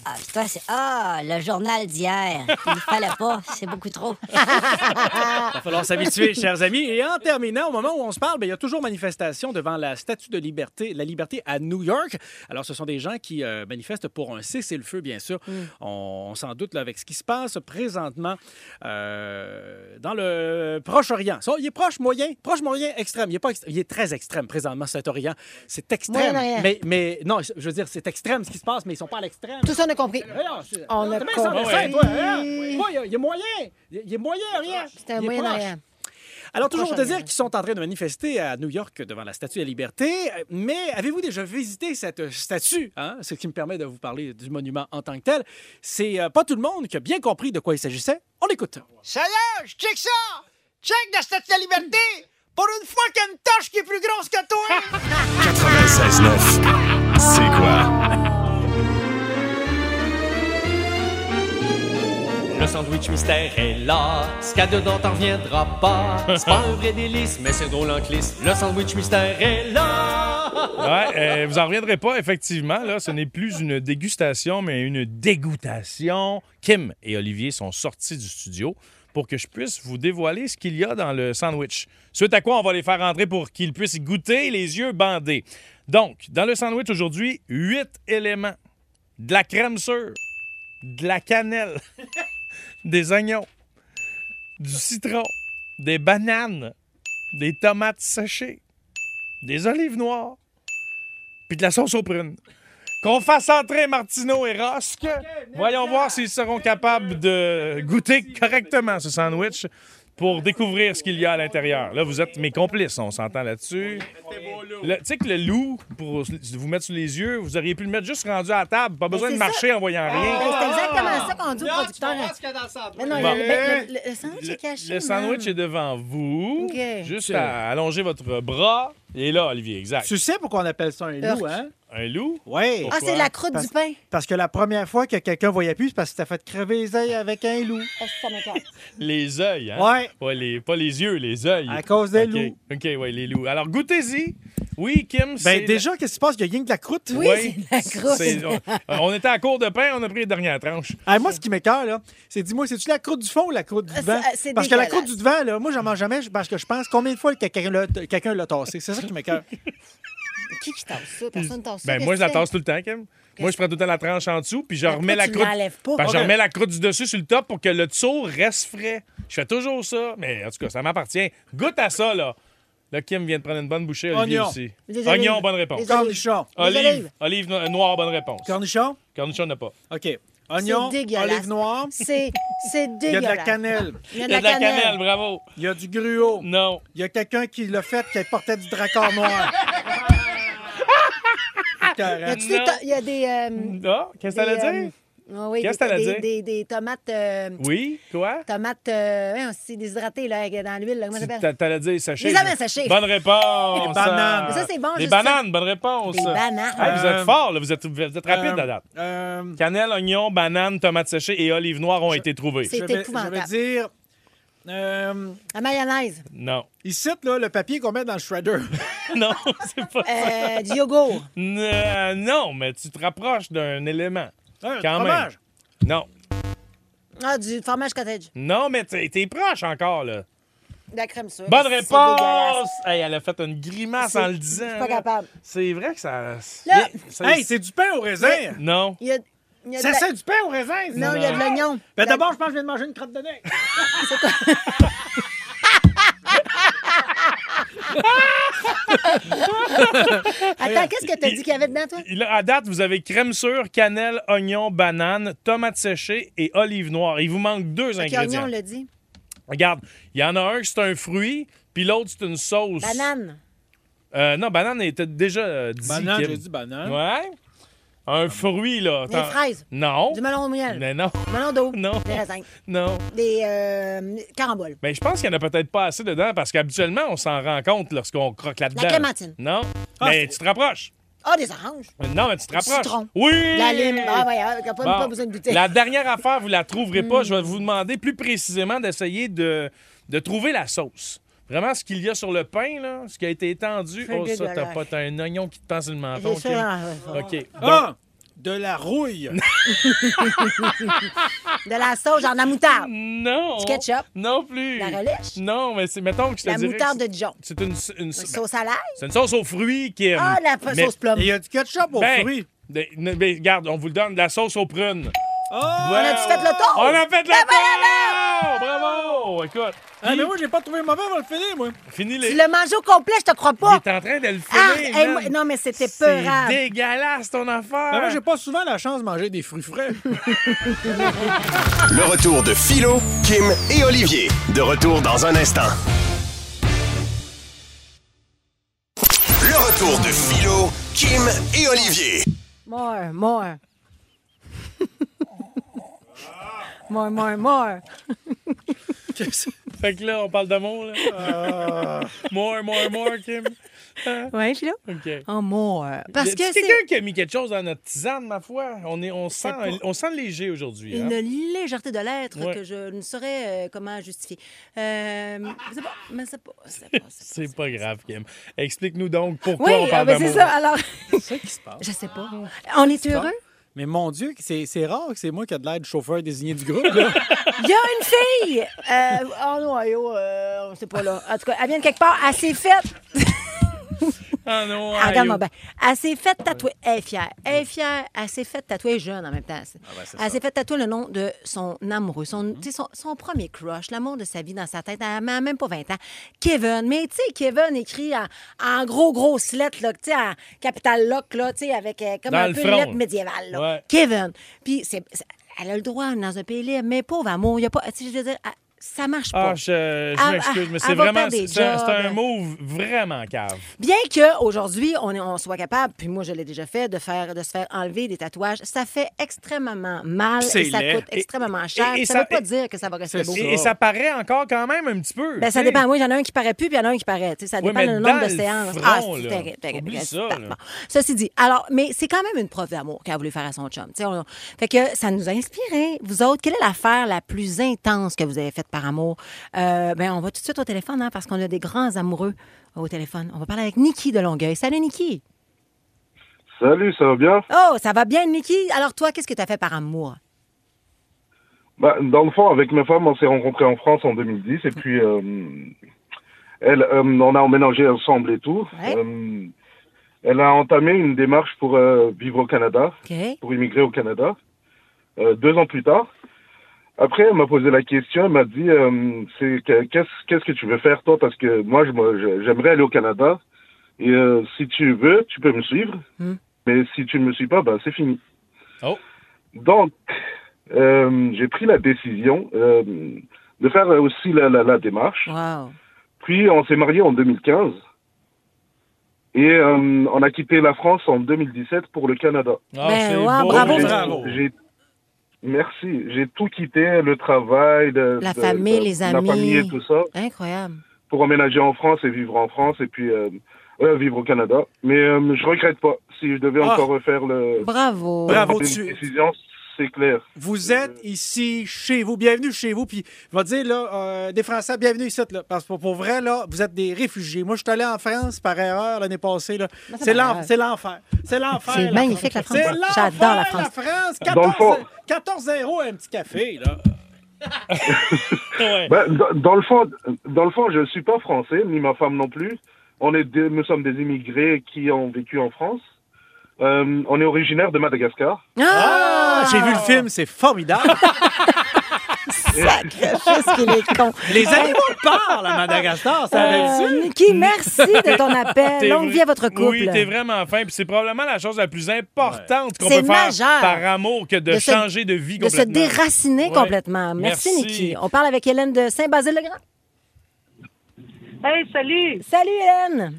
Speaker 8: Ah, puis toi, c'est. Ah, le journal d'hier. Il fallait pas, c'est beaucoup trop.
Speaker 4: va falloir s'habituer, chers amis. Et en terminant, au moment où on se parle, ben, il y a toujours manifestation devant la Statue de liberté, la liberté à New York. Alors, ce sont des gens qui euh, manifestent pour un cessez-le-feu, bien sûr.
Speaker 3: Mm.
Speaker 4: On, on s'en doute là, avec ce qui se passe présentement euh, dans le Proche-Orient. Ça, Il est proche, moyen, proche, moyen, extrême. Il est, pas extré- il est très extrême présentement, cet Orient. C'est extrême.
Speaker 3: Moyen-Orient.
Speaker 4: Mais, mais non, je veux dire, c'est extrême ce qui se passe, mais ils sont pas à l'extrême.
Speaker 3: Tout ça, on a compris.
Speaker 4: Eh non, c'est-
Speaker 3: On
Speaker 4: non,
Speaker 3: a
Speaker 4: t'as bien ça,
Speaker 3: compris.
Speaker 4: mais ça, toi, hein? Moi, il y a- il y a moyen. Il y a- il y a moyen, rien.
Speaker 3: C'est un
Speaker 4: Il est
Speaker 3: moyen
Speaker 4: proche.
Speaker 3: orient
Speaker 4: Alors, toujours de
Speaker 3: Prochain
Speaker 4: dire
Speaker 3: lien.
Speaker 4: qu'ils sont en train de manifester à New York devant la Statue de la Liberté, euh, mais avez-vous déjà visité cette euh, statue? hein? Ce qui me permet de vous parler du monument en tant que tel. C'est euh, pas tout le monde qui a bien compris de quoi il s'agissait. On l'écoute.
Speaker 9: Ça y est, je check ça! Check la statue de la liberté! Pour une fois qu'il y a une tâche qui est plus grosse que toi!
Speaker 1: 96.9. C'est quoi?
Speaker 10: Le sandwich mystère est là, ce qu'il y a dedans t'en reviendra pas. C'est pas un vrai délice, mais c'est drôle en clisse. Le sandwich mystère est là.
Speaker 2: Ouais, euh, vous en reviendrez pas, effectivement. Là, ce n'est plus une dégustation, mais une dégoûtation. Kim et Olivier sont sortis du studio pour que je puisse vous dévoiler ce qu'il y a dans le sandwich. Suite à quoi, on va les faire rentrer pour qu'ils puissent y goûter les yeux bandés. Donc, dans le sandwich aujourd'hui, huit éléments. De la crème sûre, de la cannelle, (laughs) des oignons, du citron, des bananes, des tomates séchées, des olives noires, puis de la sauce aux prunes. Qu'on fasse entrer Martineau et Rosque. Voyons voir s'ils seront capables de goûter correctement ce sandwich. pour découvrir ce qu'il y a à l'intérieur. Là, vous êtes mes complices, on s'entend là-dessus. Le- Tu sais que le loup, pour vous mettre sous les yeux, vous auriez pu le mettre juste rendu à la table. Pas besoin de marcher en voyant rien.
Speaker 3: Ben,
Speaker 4: Ah,
Speaker 3: c'est exactement ça qu'on dit au
Speaker 9: Non, tu
Speaker 3: producteur.
Speaker 9: comprends ce qu'il y a dans le sandwich.
Speaker 3: Mais non,
Speaker 2: Bon.
Speaker 3: le, ben, le- le- le sandwich est caché.
Speaker 2: Le sandwich est devant vous.
Speaker 3: OK.
Speaker 2: Juste à allonger votre bras. Et là, Olivier, exact.
Speaker 4: Tu sais pourquoi on appelle ça un loup,
Speaker 3: Urk.
Speaker 4: hein?
Speaker 2: Un loup?
Speaker 4: Oui.
Speaker 3: Ah, c'est la croûte
Speaker 4: Parce-
Speaker 3: du pain.
Speaker 4: Parce que la première fois que quelqu'un voyait plus, c'est parce que t'as fait crever les yeux avec un loup.
Speaker 3: Ah, ça m'éclate.
Speaker 2: Les yeux, hein?
Speaker 4: Ouais.
Speaker 2: Pas les, pas les yeux, les yeux.
Speaker 4: À cause des
Speaker 2: OK.
Speaker 4: loups.
Speaker 2: OK, ouais, les loups. Alors, goûtez-y. Oui, Kim, c'est...
Speaker 4: Ben, déjà, qu'est-ce qui se passe? Il y a rien que de la croûte.
Speaker 3: Oui,
Speaker 2: Ouais,
Speaker 3: c'est la
Speaker 2: c'est-
Speaker 3: croûte.
Speaker 2: on, on était à court de pain, on a pris les dernières tranches.
Speaker 4: Ah, moi, ce qui m'écœure, là, c'est dis-moi, c'est-tu la croûte du fond ou la croûte du
Speaker 3: Ah,
Speaker 4: devant?
Speaker 3: c'est- c'est
Speaker 4: Parce que la
Speaker 3: dégueulasse.
Speaker 4: croûte du devant, là, moi, j'en mange jamais parce que je pense combien de fois que quelqu'un l'a quelqu'un l'a tassé. C'est ça
Speaker 3: (laughs)
Speaker 4: qui m'écœure.
Speaker 3: Qui qui tasse ça? Personne tasse ça.
Speaker 2: Ben, moi, je la
Speaker 3: Qu'est-ce que Ben,
Speaker 2: tasse tout le temps, Kim. Moi, je prends tout le temps la tranche en dessous, puis je remets la
Speaker 3: tu
Speaker 2: croûte.
Speaker 3: l'enlèves pas.
Speaker 2: Parce que je
Speaker 3: Ok.
Speaker 2: remets la croûte du dessus sur le top pour que le dessous reste frais. Je fais toujours ça, mais en tout cas, ça m'appartient. Goûte à ça, là. Là, Kim vient de prendre une bonne bouchée, Olivier
Speaker 4: Oignon.
Speaker 2: aussi.
Speaker 3: Les olives.
Speaker 2: Oignon, bonne réponse.
Speaker 3: Les olives. Ah.
Speaker 4: Cornichon.
Speaker 3: Les
Speaker 2: Olive,
Speaker 3: olives.
Speaker 2: olive no- noire, bonne réponse.
Speaker 4: Cornichon?
Speaker 2: Cornichon n'a pas.
Speaker 4: OK.
Speaker 3: c'est?
Speaker 4: Oignon,
Speaker 3: C'est dégueulasse.
Speaker 4: olive noire.
Speaker 3: C'est c'est dégueulasse.
Speaker 4: (laughs) Il y a de la cannelle.
Speaker 3: Il y a
Speaker 2: Il y a de la cannelle, bravo.
Speaker 4: Il y a du gruau.
Speaker 2: Non.
Speaker 4: Il y a quelqu'un qui l'a fait qui portait du
Speaker 3: (laughs)
Speaker 4: dracor noir.
Speaker 3: Y
Speaker 4: Écœurant.
Speaker 3: a-tu des
Speaker 2: Non.
Speaker 3: to- Il y a des.
Speaker 4: Hmm.
Speaker 3: euh,
Speaker 2: Ah, qu'est-ce que
Speaker 3: des,
Speaker 2: t'allais
Speaker 3: euh,
Speaker 2: dire?
Speaker 3: ah oui,
Speaker 2: Qu'est-ce
Speaker 3: des-
Speaker 2: que t'allais
Speaker 3: des-
Speaker 2: dire?
Speaker 3: Des, des tomates. euh,
Speaker 2: Oui, quoi?
Speaker 3: Tomates. euh, hein, c'est déshydraté, là, dans l'huile. là, Comment ça
Speaker 2: Tu-
Speaker 3: s'appelle?
Speaker 2: t'a- T'allais dire sachet.
Speaker 3: Les
Speaker 2: je-
Speaker 3: avais sachets.
Speaker 2: Bonne réponse.
Speaker 4: Les bananes.
Speaker 3: Mais ça, c'est bon,
Speaker 2: Les
Speaker 3: juste
Speaker 2: bananes, bonne réponse.
Speaker 3: Des bananes.
Speaker 2: Ah, vous
Speaker 4: Euh,
Speaker 2: êtes fort, là. Vous êtes, vous êtes rapide
Speaker 4: Euh,
Speaker 2: à date.
Speaker 4: euh,
Speaker 2: Cannelle, oignon, banane, tomate séchée et olive noire ont été trouvées.
Speaker 3: C'est
Speaker 4: je, vais, je
Speaker 3: épouvantable.
Speaker 4: vais dire. euh,
Speaker 3: La mayonnaise.
Speaker 2: Non. (laughs)
Speaker 4: ici, là, le papier qu'on met dans le shredder.
Speaker 2: Non, c'est pas.
Speaker 3: Euh, du yogourt.
Speaker 2: Euh, non, mais tu te rapproches d'un élément.
Speaker 4: (laughs) Un
Speaker 2: Quand même.
Speaker 4: fromage.
Speaker 2: Non.
Speaker 3: Ah, du fromage cottage.
Speaker 2: Non, mais t'es t'es proche encore, là.
Speaker 3: De la crème sûre.
Speaker 2: Bonne
Speaker 3: C'est
Speaker 2: réponse!
Speaker 3: dégueulasse.
Speaker 2: Hey, elle a fait une grimace
Speaker 3: C'est-
Speaker 2: en le
Speaker 3: je
Speaker 2: disant.
Speaker 3: suis pas
Speaker 2: là.
Speaker 3: capable.
Speaker 2: C'est vrai que ça.
Speaker 3: Là-
Speaker 2: ça-
Speaker 4: Hey, c'est du pain au raisin.
Speaker 2: Non.
Speaker 3: Il y a, il y a de
Speaker 4: C'est
Speaker 3: la-
Speaker 4: ça, du pain au raisin.
Speaker 3: Non, il y a de l'oignon. La-
Speaker 4: Ben, d'abord, je pense que je viens de manger une crotte de nez.
Speaker 3: Attends,
Speaker 4: euh,
Speaker 3: qu'est-ce que t'as dit qu'il y avait dedans, toi?
Speaker 2: Il- À date, vous avez crème sûre, cannelle, oignon, banane, tomate séchée et olive noire. Il vous manque deux
Speaker 3: Ok,
Speaker 2: ingrédients.
Speaker 3: oignon, on l'a dit.
Speaker 2: Regarde, il y en a un que c'est un fruit, puis l'autre c'est une sauce.
Speaker 3: Banane.
Speaker 2: Euh, non, banane était déjà euh, dit.
Speaker 4: Banane,
Speaker 2: Kim.
Speaker 4: j'ai dit banane.
Speaker 2: Ouais. Un fruit, là.
Speaker 3: Des
Speaker 2: Attends.
Speaker 3: fraises.
Speaker 2: Non.
Speaker 3: Du melon au miel.
Speaker 2: Mais non, (laughs)
Speaker 3: Du melon d'eau.
Speaker 2: Non.
Speaker 3: Des raisins.
Speaker 2: non.
Speaker 3: Des euh, caramboles.
Speaker 2: Mais je pense qu'il y en a peut-être pas assez dedans parce qu'habituellement, on s'en rend compte lorsqu'on croque là-dedans.
Speaker 3: clémentine.
Speaker 2: Non.
Speaker 4: Ah,
Speaker 2: mais
Speaker 4: c'est-
Speaker 2: tu te rapproches.
Speaker 3: Ah, des oranges.
Speaker 2: Non, mais tu te rapproches.
Speaker 3: citron.
Speaker 2: Oui!
Speaker 3: De la lime. Ah, ouais, ah, t'as pas,
Speaker 2: Bon.
Speaker 3: pas besoin de Mm. douter.
Speaker 2: La dernière affaire, vous la trouverez pas. Je vais vous demander plus précisément d'essayer de, de trouver la sauce. Vraiment, ce qu'il y a sur le pain, là, ce qui a été étendu.
Speaker 3: C'est
Speaker 2: Oh, ça, t'as
Speaker 3: dégueulasse.
Speaker 2: pas t'as un oignon qui te passe sur le menton.
Speaker 3: J'ai
Speaker 2: Kim.
Speaker 3: ça, euh,
Speaker 2: OK. Donc,
Speaker 4: Ah! De la rouille.
Speaker 3: De la sauce, genre de la moutarde.
Speaker 2: non.
Speaker 3: Du ketchup.
Speaker 2: Non plus.
Speaker 3: La relèche.
Speaker 2: Non, mais c'est, mettons que je te
Speaker 3: La
Speaker 2: dirais que
Speaker 3: moutarde
Speaker 2: c'est-
Speaker 3: de Dijon.
Speaker 2: C'est une, une-
Speaker 3: Une sauce à l'ail.
Speaker 2: c'est une sauce aux fruits qui
Speaker 3: Ah, la pa-
Speaker 2: mais-
Speaker 3: sauce plum.
Speaker 4: Et il y a du ketchup aux
Speaker 2: ben,
Speaker 4: fruits.
Speaker 2: ben, ne- ben, regarde, on vous le donne, de la sauce aux prunes.
Speaker 3: Oh!
Speaker 4: Ah!
Speaker 2: Ouais.
Speaker 3: On a-tu fait le tour?
Speaker 2: On a fait le
Speaker 3: Ben
Speaker 2: tour! Bravo! Écoute,
Speaker 4: Ah, mais moi, j'ai pas trouvé mauvais avant de le finir, moi.
Speaker 2: finis les...
Speaker 3: Tu l'as mangé au complet, je te crois
Speaker 2: Il
Speaker 3: pas.
Speaker 2: est en train de le finir.
Speaker 3: Ah, hey,
Speaker 2: man.
Speaker 3: moi- non, mais c'était
Speaker 2: C'est
Speaker 3: peurable.
Speaker 2: dégueulasse ton affaire.
Speaker 4: Ben, moi, j'ai pas souvent la chance de manger des fruits frais.
Speaker 1: Le
Speaker 4: (laughs)
Speaker 1: retour de Philo, Kim et Olivier. De retour dans un instant. Le retour de Philo, Kim et Olivier.
Speaker 3: More, more.
Speaker 2: (laughs)
Speaker 3: more, more, more.
Speaker 2: Fait que là, on parle d'amour. Là. (laughs) more, more, more, Kim.
Speaker 3: Ouais, je suis là.
Speaker 2: OK.
Speaker 3: Oh, more. Parce
Speaker 2: Y a-t-il
Speaker 3: que c'est
Speaker 2: quelqu'un qui a mis quelque chose dans notre tisane, ma foi. On, est, on, sent,
Speaker 3: pas.
Speaker 2: on sent léger aujourd'hui.
Speaker 3: une
Speaker 2: Hein?
Speaker 3: légèreté de l'être
Speaker 2: Ouais.
Speaker 3: que je ne saurais euh, comment justifier. Euh, c'est pas, mais c'est pas, c'est pas, c'est pas.
Speaker 2: C'est pas grave, Kim. Explique-nous donc pourquoi
Speaker 3: Oui,
Speaker 2: on
Speaker 3: ah,
Speaker 2: parle
Speaker 3: ben,
Speaker 2: d'amour. Ah.
Speaker 3: c'est ça. Alors,
Speaker 4: C'est ça qui se passe.
Speaker 3: je sais pas. On est heureux.
Speaker 4: Mais mon Dieu, c'est c'est rare que c'est moi qui a de l'aide chauffeur désigné du groupe. là.
Speaker 3: Il y a une fille euh, en Ohio, euh, on sait pas là. En tout cas, elle vient de quelque part. Elle s'est faite.
Speaker 2: Ah non,
Speaker 3: Ah,
Speaker 2: aïe,
Speaker 3: Regarde-moi
Speaker 2: oh.
Speaker 3: bien. Elle s'est faite tatouer. Elle est fière. Elle est fière. Elle s'est faite tatouer jeune en même
Speaker 2: Ah,
Speaker 3: temps.
Speaker 2: ben,
Speaker 3: elle s'est faite tatouer le nom de son amoureux, son,
Speaker 2: Mm-hmm.
Speaker 3: tu sais, son, son premier crush, l'amour de sa vie dans sa tête. Elle n'a même pas 20 ans. Kevin. Mais tu sais, Kevin écrit en, en gros, gros lettres, là, tu sais, en capital lock, là, tu sais, avec euh, comme
Speaker 2: Dans
Speaker 3: un
Speaker 2: le
Speaker 3: peu
Speaker 2: front,
Speaker 3: une lettre
Speaker 2: là.
Speaker 3: médiévale. là.
Speaker 2: Ouais.
Speaker 3: Kevin. Puis c'est- c'est- elle a le droit dans un pays libre, mais pauvre amour, il y a pas. Tu sais, je veux dire, elle- ça marche pas.
Speaker 2: Ah, je, je
Speaker 3: Elle-
Speaker 2: m'excuse, mais
Speaker 3: ah, elle
Speaker 2: c'est
Speaker 3: va
Speaker 2: vraiment.
Speaker 3: perdre
Speaker 2: C'est
Speaker 3: des
Speaker 2: c'est un,
Speaker 3: jobs.
Speaker 2: c'est un move vraiment cave.
Speaker 3: Bien qu'aujourd'hui, on, est- on soit capable, puis moi je l'ai déjà fait, de, faire, de se faire enlever des tatouages, ça fait extrêmement mal
Speaker 2: Puis c'est
Speaker 3: et ça
Speaker 2: laid.
Speaker 3: coûte
Speaker 2: Et-
Speaker 3: extrêmement cher.
Speaker 2: et- et
Speaker 3: ça
Speaker 2: ça-
Speaker 3: veut pas
Speaker 2: et-
Speaker 3: dire que ça va rester beau.
Speaker 2: Et, et ça paraît encore quand même un petit peu.
Speaker 3: Ben, ça
Speaker 2: tu sais.
Speaker 3: dépend. Moi, j'en ai un qui paraît plus, puis il y en a un qui paraît. Tu sais, ça
Speaker 2: Oui,
Speaker 3: dépend
Speaker 2: mais
Speaker 3: du
Speaker 2: dans
Speaker 3: nombre
Speaker 2: le
Speaker 3: de séances. Ah,
Speaker 2: front,
Speaker 3: c'est
Speaker 2: là.
Speaker 3: terrible, terrible,
Speaker 2: Oublie
Speaker 3: terrible.
Speaker 2: ça, là.
Speaker 3: Bon. Ceci dit, alors, mais c'est quand même une preuve d'amour qu'elle a voulu faire à son chum. Tu sais, on- Fait que ça nous a inspiré. Vous autres, quelle est l'affaire la plus intense que vous avez faite par amour? Euh, ben, on va tout de suite au téléphone, hein, parce qu'on a des grands amoureux au téléphone. On va parler avec Nikki de Longueuil. Salut, Nikki.
Speaker 11: Salut, ça va bien?
Speaker 3: Oh, ça va bien, Nikki? Alors, toi, qu'est-ce que tu as fait par amour?
Speaker 11: Bah, dans le fond, avec ma femme, on s'est rencontrés en France en 2010 et puis euh, elle, euh, on a emménagé ensemble et tout. Euh, elle a entamé une démarche pour euh, vivre au Canada, pour immigrer au Canada, euh, deux ans plus tard. Après, elle m'a posé la question, elle m'a dit, euh, c'est que- qu'est-ce qu'est-ce que tu veux faire toi Parce que moi, je me- je- j'aimerais aller au Canada et euh, si tu veux, tu peux me suivre.
Speaker 3: Hmm.
Speaker 11: Mais si tu ne me suis pas, bah, c'est fini.
Speaker 2: Oh.
Speaker 11: Donc, euh, j'ai pris la décision euh, de faire aussi la, la- la démarche.
Speaker 3: Wow.
Speaker 11: Puis, on s'est mariés en 2015. Et euh, on a quitté la France en 2017 pour le Canada.
Speaker 2: Ah, Ben, c'est ouais, beau. bravo,
Speaker 11: J'ai-
Speaker 2: bravo.
Speaker 11: j'ai- Merci. J'ai tout quitté, le travail, le-
Speaker 3: La
Speaker 11: de-
Speaker 3: famille,
Speaker 11: de-
Speaker 3: les
Speaker 11: la famille et
Speaker 3: amis.
Speaker 11: tout ça
Speaker 3: Incroyable.
Speaker 11: pour emménager en France et vivre en France et puis euh, ouais, vivre au Canada. Mais euh, je regrette pas. Si je devais
Speaker 4: Ah.
Speaker 11: encore refaire le
Speaker 3: Bravo.
Speaker 4: Bravo,
Speaker 11: une
Speaker 4: tu-
Speaker 11: décision, c'est clair.
Speaker 4: Vous êtes ici chez vous, bienvenue chez vous. Puis, je vais te dire, là, euh, des Français, bienvenue ici. Là, parce que pour- pour vrai, là, vous êtes des réfugiés. Moi, je suis allé en France par erreur l'année passée. Là.
Speaker 3: Mais ça
Speaker 4: C'est
Speaker 3: va
Speaker 4: l'en-
Speaker 3: bien.
Speaker 4: c'est l'enfer. C'est l'enfer.
Speaker 3: C'est
Speaker 4: la
Speaker 3: magnifique, la
Speaker 4: C'est
Speaker 3: France.
Speaker 4: l'enfer,
Speaker 3: J'adore la
Speaker 4: La
Speaker 3: France.
Speaker 4: France,
Speaker 11: Dans le fond-
Speaker 4: 14, 14 euros et un petit café. Là.
Speaker 11: Ben, dans, dans le fond, dans le fond, je suis pas français, ni ma femme non plus. On est, des- nous sommes des immigrés qui ont vécu en France. Euh, on est originaire de Madagascar.
Speaker 4: Ah, j'ai vu le film, c'est formidable.
Speaker 3: (laughs) Qu'est-ce qu'il est con.
Speaker 4: Les animaux parlent à Madagascar, ça avait
Speaker 3: Euh, Nikki, merci de ton appel.
Speaker 2: T'es
Speaker 3: Longue
Speaker 2: vrai-
Speaker 3: vie à votre couple.
Speaker 2: Oui, t'es vraiment fin. Puis c'est probablement la chose la plus importante qu'on
Speaker 3: C'est
Speaker 2: peut faire
Speaker 3: majeur.
Speaker 2: par amour que de,
Speaker 3: De se-
Speaker 2: changer de vie
Speaker 3: de se
Speaker 2: complètement.
Speaker 3: déraciner
Speaker 2: Ouais.
Speaker 3: complètement. Merci,
Speaker 2: Merci.
Speaker 3: Nikki. On parle avec Hélène de Saint-Basile-le-Grand.
Speaker 12: Hey, salut!
Speaker 3: Salut, Hélène!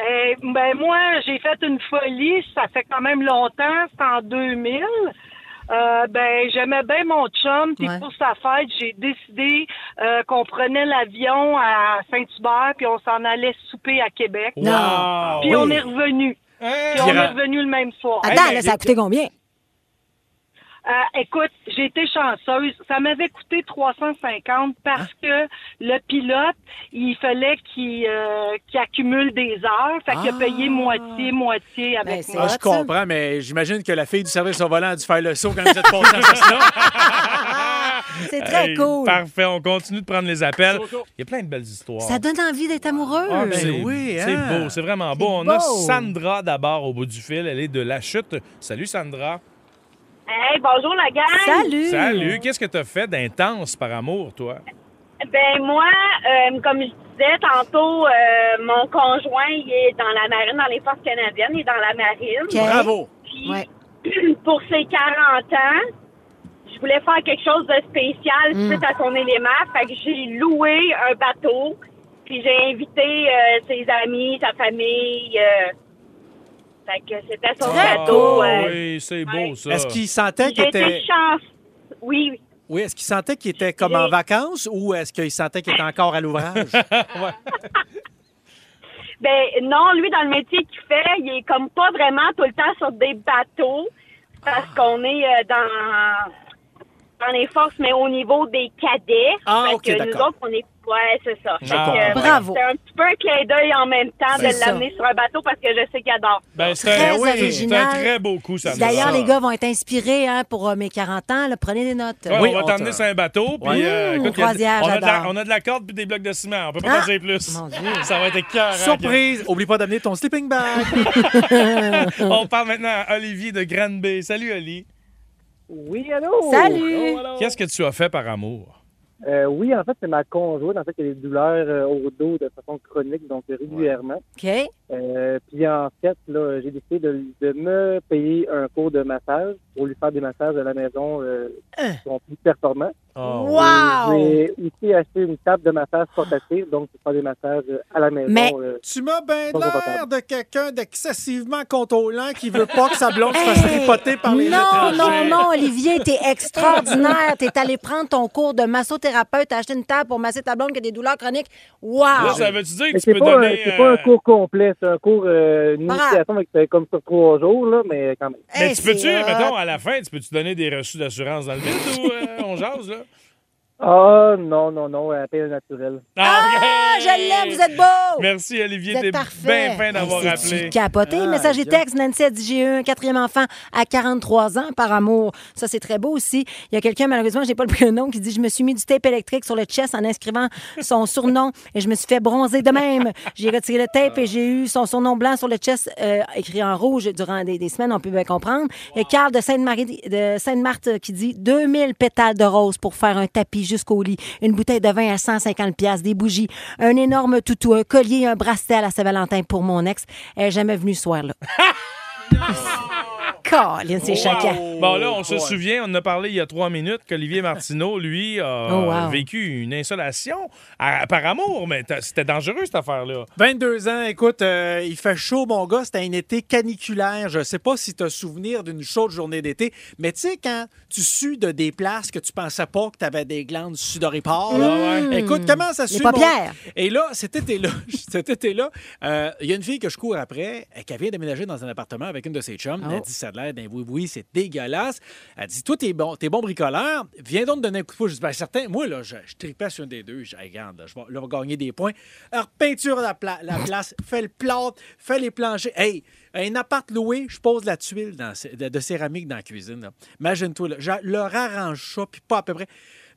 Speaker 12: Eh, ben moi, j'ai fait une folie, ça fait quand même longtemps, c'est en 2000. Euh, ben j'aimais bien mon chum, puis pour sa fête, j'ai décidé euh, qu'on prenait l'avion à Saint-Hubert, puis on s'en allait souper à Québec.
Speaker 2: Wow!
Speaker 12: Puis on
Speaker 2: Ah, Oui.
Speaker 12: est revenu. Puis on
Speaker 2: Pira-
Speaker 12: est revenu le même soir.
Speaker 3: Attends, là, ça a coûté combien?
Speaker 12: Euh, écoute, j'ai été chanceuse. Ça m'avait coûté 350 parce que le pilote, il fallait qu'il euh, qu'il accumule des heures. Fait qu'il a payé moitié, moitié avec
Speaker 4: Ah,
Speaker 12: moi.
Speaker 4: je comprends, mais j'imagine que la fille du service au volant a dû faire le saut quand vous êtes passé en session.
Speaker 3: C'est très
Speaker 2: Hey,
Speaker 3: cool.
Speaker 2: Parfait, on continue de prendre les appels. Il y a plein de belles histoires.
Speaker 3: Ça donne envie d'être amoureux.
Speaker 2: Ah, c'est c'est beau, c'est vraiment beau. On a
Speaker 3: hein? beau.
Speaker 2: Sandra d'abord au bout du fil. Elle est de la chute. Salut Sandra.
Speaker 13: Hey, bonjour la gang.
Speaker 2: Salut. Qu'est-ce que t'as fait d'intense par amour, toi?
Speaker 13: Ben moi, euh, comme je disais tantôt, euh, mon conjoint il est dans la marine, dans les forces canadiennes, il est dans la marine.
Speaker 4: Bravo.
Speaker 13: Puis (clears throat) pour ses 40 ans, je voulais faire quelque chose de spécial
Speaker 14: Mm.
Speaker 13: suite à son élément. Fait que j'ai loué un bateau. Puis j'ai invité euh, ses amis, sa famille. euh, fait que c'était son
Speaker 14: Oh,
Speaker 13: bateau.
Speaker 2: Ah,
Speaker 13: euh,
Speaker 2: oui, c'est beau ça.
Speaker 4: Est-ce qu'il sentait qu'il
Speaker 13: J'ai été
Speaker 4: était.
Speaker 13: chance. Oui, oui.
Speaker 4: Oui, est-ce qu'il sentait qu'il était comme en vacances ou est-ce qu'il sentait qu'il était encore à l'ouvrage?
Speaker 13: Ben non, lui, dans le métier qu'il fait, il est comme pas vraiment tout le temps sur des bateaux parce
Speaker 4: Ah.
Speaker 13: qu'on est euh, dans, dans les forces, mais au niveau des cadets.
Speaker 4: Ah,
Speaker 13: Fait
Speaker 4: ok,
Speaker 13: que nous
Speaker 4: d'accord.
Speaker 13: autres, on est... Ouais, c'est ça. Fait
Speaker 2: Ah,
Speaker 13: que, euh,
Speaker 2: bravo.
Speaker 13: C'est un petit peu un clin d'œil en même temps
Speaker 2: C'est
Speaker 13: de
Speaker 2: ça.
Speaker 13: l'amener sur un bateau parce que je sais qu'il adore.
Speaker 2: Ben, c'est un,
Speaker 3: Très
Speaker 2: oui, c'est
Speaker 3: original.
Speaker 2: un très beau coup, Sandra.
Speaker 3: D'ailleurs, les gars vont être inspirés hein, pour euh, mes 40 ans. là. prenez des notes.
Speaker 2: Ouais, on va t'emmener sur un bateau. Puis,
Speaker 3: Ouais.
Speaker 2: euh,
Speaker 3: Mmh,
Speaker 2: écoute, il y a de-
Speaker 3: croisière,
Speaker 2: on, a de la,
Speaker 3: j'adore.
Speaker 2: on a de la corde puis des blocs de ciment. On peut pas
Speaker 3: Ah!
Speaker 2: t'en dire plus. Ça va être écœurant.
Speaker 4: Surprise! Oublie pas d'amener ton sleeping bag!
Speaker 2: on parle maintenant à Olivier de Grande Bay. Salut, Oli.
Speaker 15: Oui, allô?
Speaker 2: Oh, Qu'est-ce que tu as fait par amour?
Speaker 14: Euh, oui, en fait, c'est ma conjointe en fait, qui a des douleurs euh, au dos de façon chronique, donc régulièrement.
Speaker 3: OK.
Speaker 14: Euh, puis en fait, là, j'ai décidé de, de me payer un cours de massage pour lui faire des massages à la maison euh, qui sont plus performants.
Speaker 2: Ah,
Speaker 3: Oh. Wow!
Speaker 14: Et J'ai aussi acheté une table de massage portative, donc pour faire des massages euh, à la maison. euh,
Speaker 4: tu m'as bien
Speaker 14: pas
Speaker 4: l'air
Speaker 14: confortable.
Speaker 4: de quelqu'un d'excessivement contrôlant qui veut pas que sa blonde se fasse tripoter par les
Speaker 3: Non, non,
Speaker 4: étrangers.
Speaker 3: non, Olivier, t'es extraordinaire. T'es allé prendre ton cours de massothérapeute, t'as acheté une table pour masser ta blonde qui a des douleurs chroniques. Wow!
Speaker 2: Là, ça veut-tu dire que tu
Speaker 14: Mais c'est
Speaker 2: peux
Speaker 14: pas un-
Speaker 2: donner.
Speaker 14: C'est
Speaker 2: euh,
Speaker 14: pas un cours complet, c'est un cours euh, une initiation donc c'est comme sur trois jours, là, mais quand même.
Speaker 2: Mais tu peux-tu, mettons, à la fin, tu peux-tu donner des reçus d'assurance dans le vide ou
Speaker 3: (laughs)
Speaker 2: euh, on jase, là?
Speaker 14: Ah, non, non, non, à peine naturel.
Speaker 3: Ah, je l'aime, vous êtes beau!
Speaker 2: Merci, Olivier.
Speaker 3: Vous
Speaker 2: T'es
Speaker 3: êtes parfait. Ah,
Speaker 2: bien fin d'avoir
Speaker 3: Hey, c'est-tu
Speaker 2: appelé.
Speaker 3: capoté. Message et texte, Nancy a dit J'ai eu un quatrième enfant à 43 ans par amour. Ça, c'est très beau aussi. Il y a quelqu'un, malheureusement, j'ai pas le (laughs) prénom, qui dit Je me suis mis du tape électrique sur le chest en inscrivant son surnom et je me suis fait bronzer de même. J'ai retiré le tape et j'ai eu son surnom blanc sur le chest euh, écrit en rouge durant des, des semaines, on peut bien comprendre. Et Carl de Sainte-Marie, de Sainte-Marthe qui dit 2000 pétales de rose pour faire un tapis jusqu'au lit, une bouteille de vin à 150 pièces, des bougies, un énorme toutou, un collier, un bracelet à la Saint-Valentin pour mon ex. Elle est jamais venue ce soir-là. Colin, c'est chacun.
Speaker 2: Bon, là, on se souvient, on en a parlé il y a trois minutes qu'Olivier Martineau, lui, a
Speaker 4: Oh, wow.
Speaker 2: vécu une insolation à- par amour, mais t'as- c'était dangereux, cette affaire-là.
Speaker 4: 22 ans, écoute, euh, il fait chaud, mon gars, c'était un été caniculaire. Je sais pas si tu as souvenir d'une chaude journée d'été, mais tu sais, quand tu sues de des places que tu pensais pas que tu avais des glandes sudoripares, là,
Speaker 10: Mmh.
Speaker 4: écoute, comment ça
Speaker 10: Les
Speaker 4: sue, mon-
Speaker 10: paupières.
Speaker 4: Et là, cet été-là, (laughs) cet été-là, euh, il y a une fille que je cours après, euh, qui vient déménager dans un appartement avec une de ses chums. Elle
Speaker 10: Oh.
Speaker 4: dit, ça a l'air d'un oui-oui, c'est dégueulasse. Elle dit, toi, t'es bon, t'es bon bricoleur, viens donc me donner un coup de pouce. Je dis, ben, certain, moi, là, je, je tripais sur une des deux. Je dis, Hey, regarde, là, je vais, là, on va gagner des points. Alors, peinture la, pla- la place, fais le plâtre, fais les planchers. Hey, un appart loué, je pose la tuile dans cé- de, de céramique dans la cuisine. là. Imagine-toi, là, je leur arrange ça, puis pas à peu près.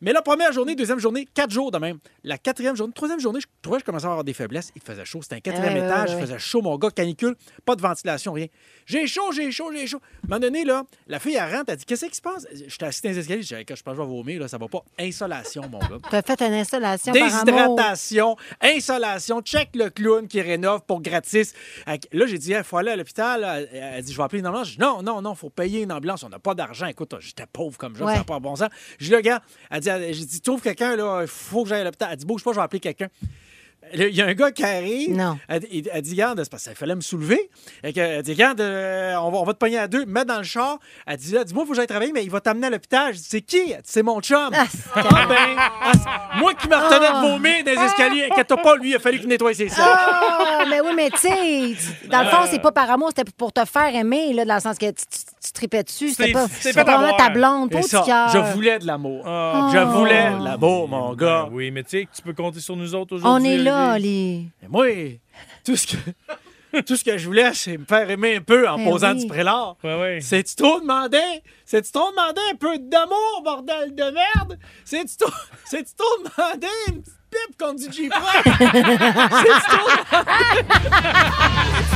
Speaker 4: Mais la première journée, deuxième journée, quatre jours de même. La quatrième journée, troisième journée, je trouvais que je commençais à avoir des faiblesses. Il faisait chaud. C'était un quatrième
Speaker 10: Ouais, ouais,
Speaker 4: étage.
Speaker 10: ouais, ouais.
Speaker 4: Il faisait chaud, mon gars. Canicule, pas de ventilation, rien. J'ai chaud, j'ai chaud, j'ai chaud. À un moment donné, là, la fille, elle rentre. Elle dit Qu'est-ce qui se passe J'étais assis dans les escaliers. Je dis Hey, Je pense que je vais vomir. Là, ça va pas. Insolation, mon gars.
Speaker 3: T'as fait une installation par amour.
Speaker 4: Déshydratation, insolation, check le clown qui rénove pour gratis. Euh, Là, j'ai dit, il faut aller à l'hôpital. Elle- Elle dit, je vais appeler une ambulance. Je dis, non, non, non, faut payer une ambulance. On n'a pas d'argent. Écoute, j'étais pauvre comme je,
Speaker 10: Ouais.
Speaker 4: ça n'a pas de bon sens. Je dis, le gars, elle dit, elle- j'ai dit, trouve quelqu'un, là, il faut que j'aille à l'hôpital. Elle dit, bouge pas, je vais appeler quelqu'un. Là, Il y a un gars qui arrive.
Speaker 10: Non.
Speaker 4: Elle, il- elle dit, garde, c'est parce qu'il fallait me soulever. Fait que, Elle dit, garde, euh, on, va, on va te pogner à deux, mets dans le char. Elle dit, là, dis-moi, il faut que j'aille travailler, mais il va t'amener à l'hôpital. Je dis, c'est qui? Elle dit, C'est mon chum. Ah, ben, ah, c'est- moi qui me retenais
Speaker 3: Ah.
Speaker 4: de vomir dans les escaliers, inquiète pas, lui, il a fallu qu'il nettoie ses salles.
Speaker 3: Ah, mais oui, mais tu sais, tu- dans le fond,
Speaker 4: Euh.
Speaker 3: c'est pas par amour, c'était pour te faire aimer, là, dans le sens que tu, tu- tu tripais dessus. C'était
Speaker 4: C'est-
Speaker 3: pas,
Speaker 4: c'est
Speaker 3: c'était
Speaker 4: fait
Speaker 3: pas vraiment
Speaker 4: avoir.
Speaker 3: ta blonde, pas
Speaker 4: Et
Speaker 3: du
Speaker 4: ça,
Speaker 3: cœur.
Speaker 4: je voulais de l'amour.
Speaker 3: Ah.
Speaker 4: Je voulais de l'amour, mon gars.
Speaker 2: Ah, Ben Oui, mais tu sais que tu peux compter sur nous autres
Speaker 3: On
Speaker 2: aujourd'hui.
Speaker 3: est là,
Speaker 2: Olivier.
Speaker 3: les.
Speaker 4: Mais moi, tout ce que, tout ce que je voulais, c'est me faire aimer un peu en
Speaker 3: Ben
Speaker 4: posant
Speaker 3: oui.
Speaker 4: du prélat. C'est-tu trop demandé? C'est-tu trop demandé un peu d'amour, bordel de merde? C'est-tu trop, c'est-tu trop demandé une petite pipe contre du J-Pro? C'est-tu trop demandé?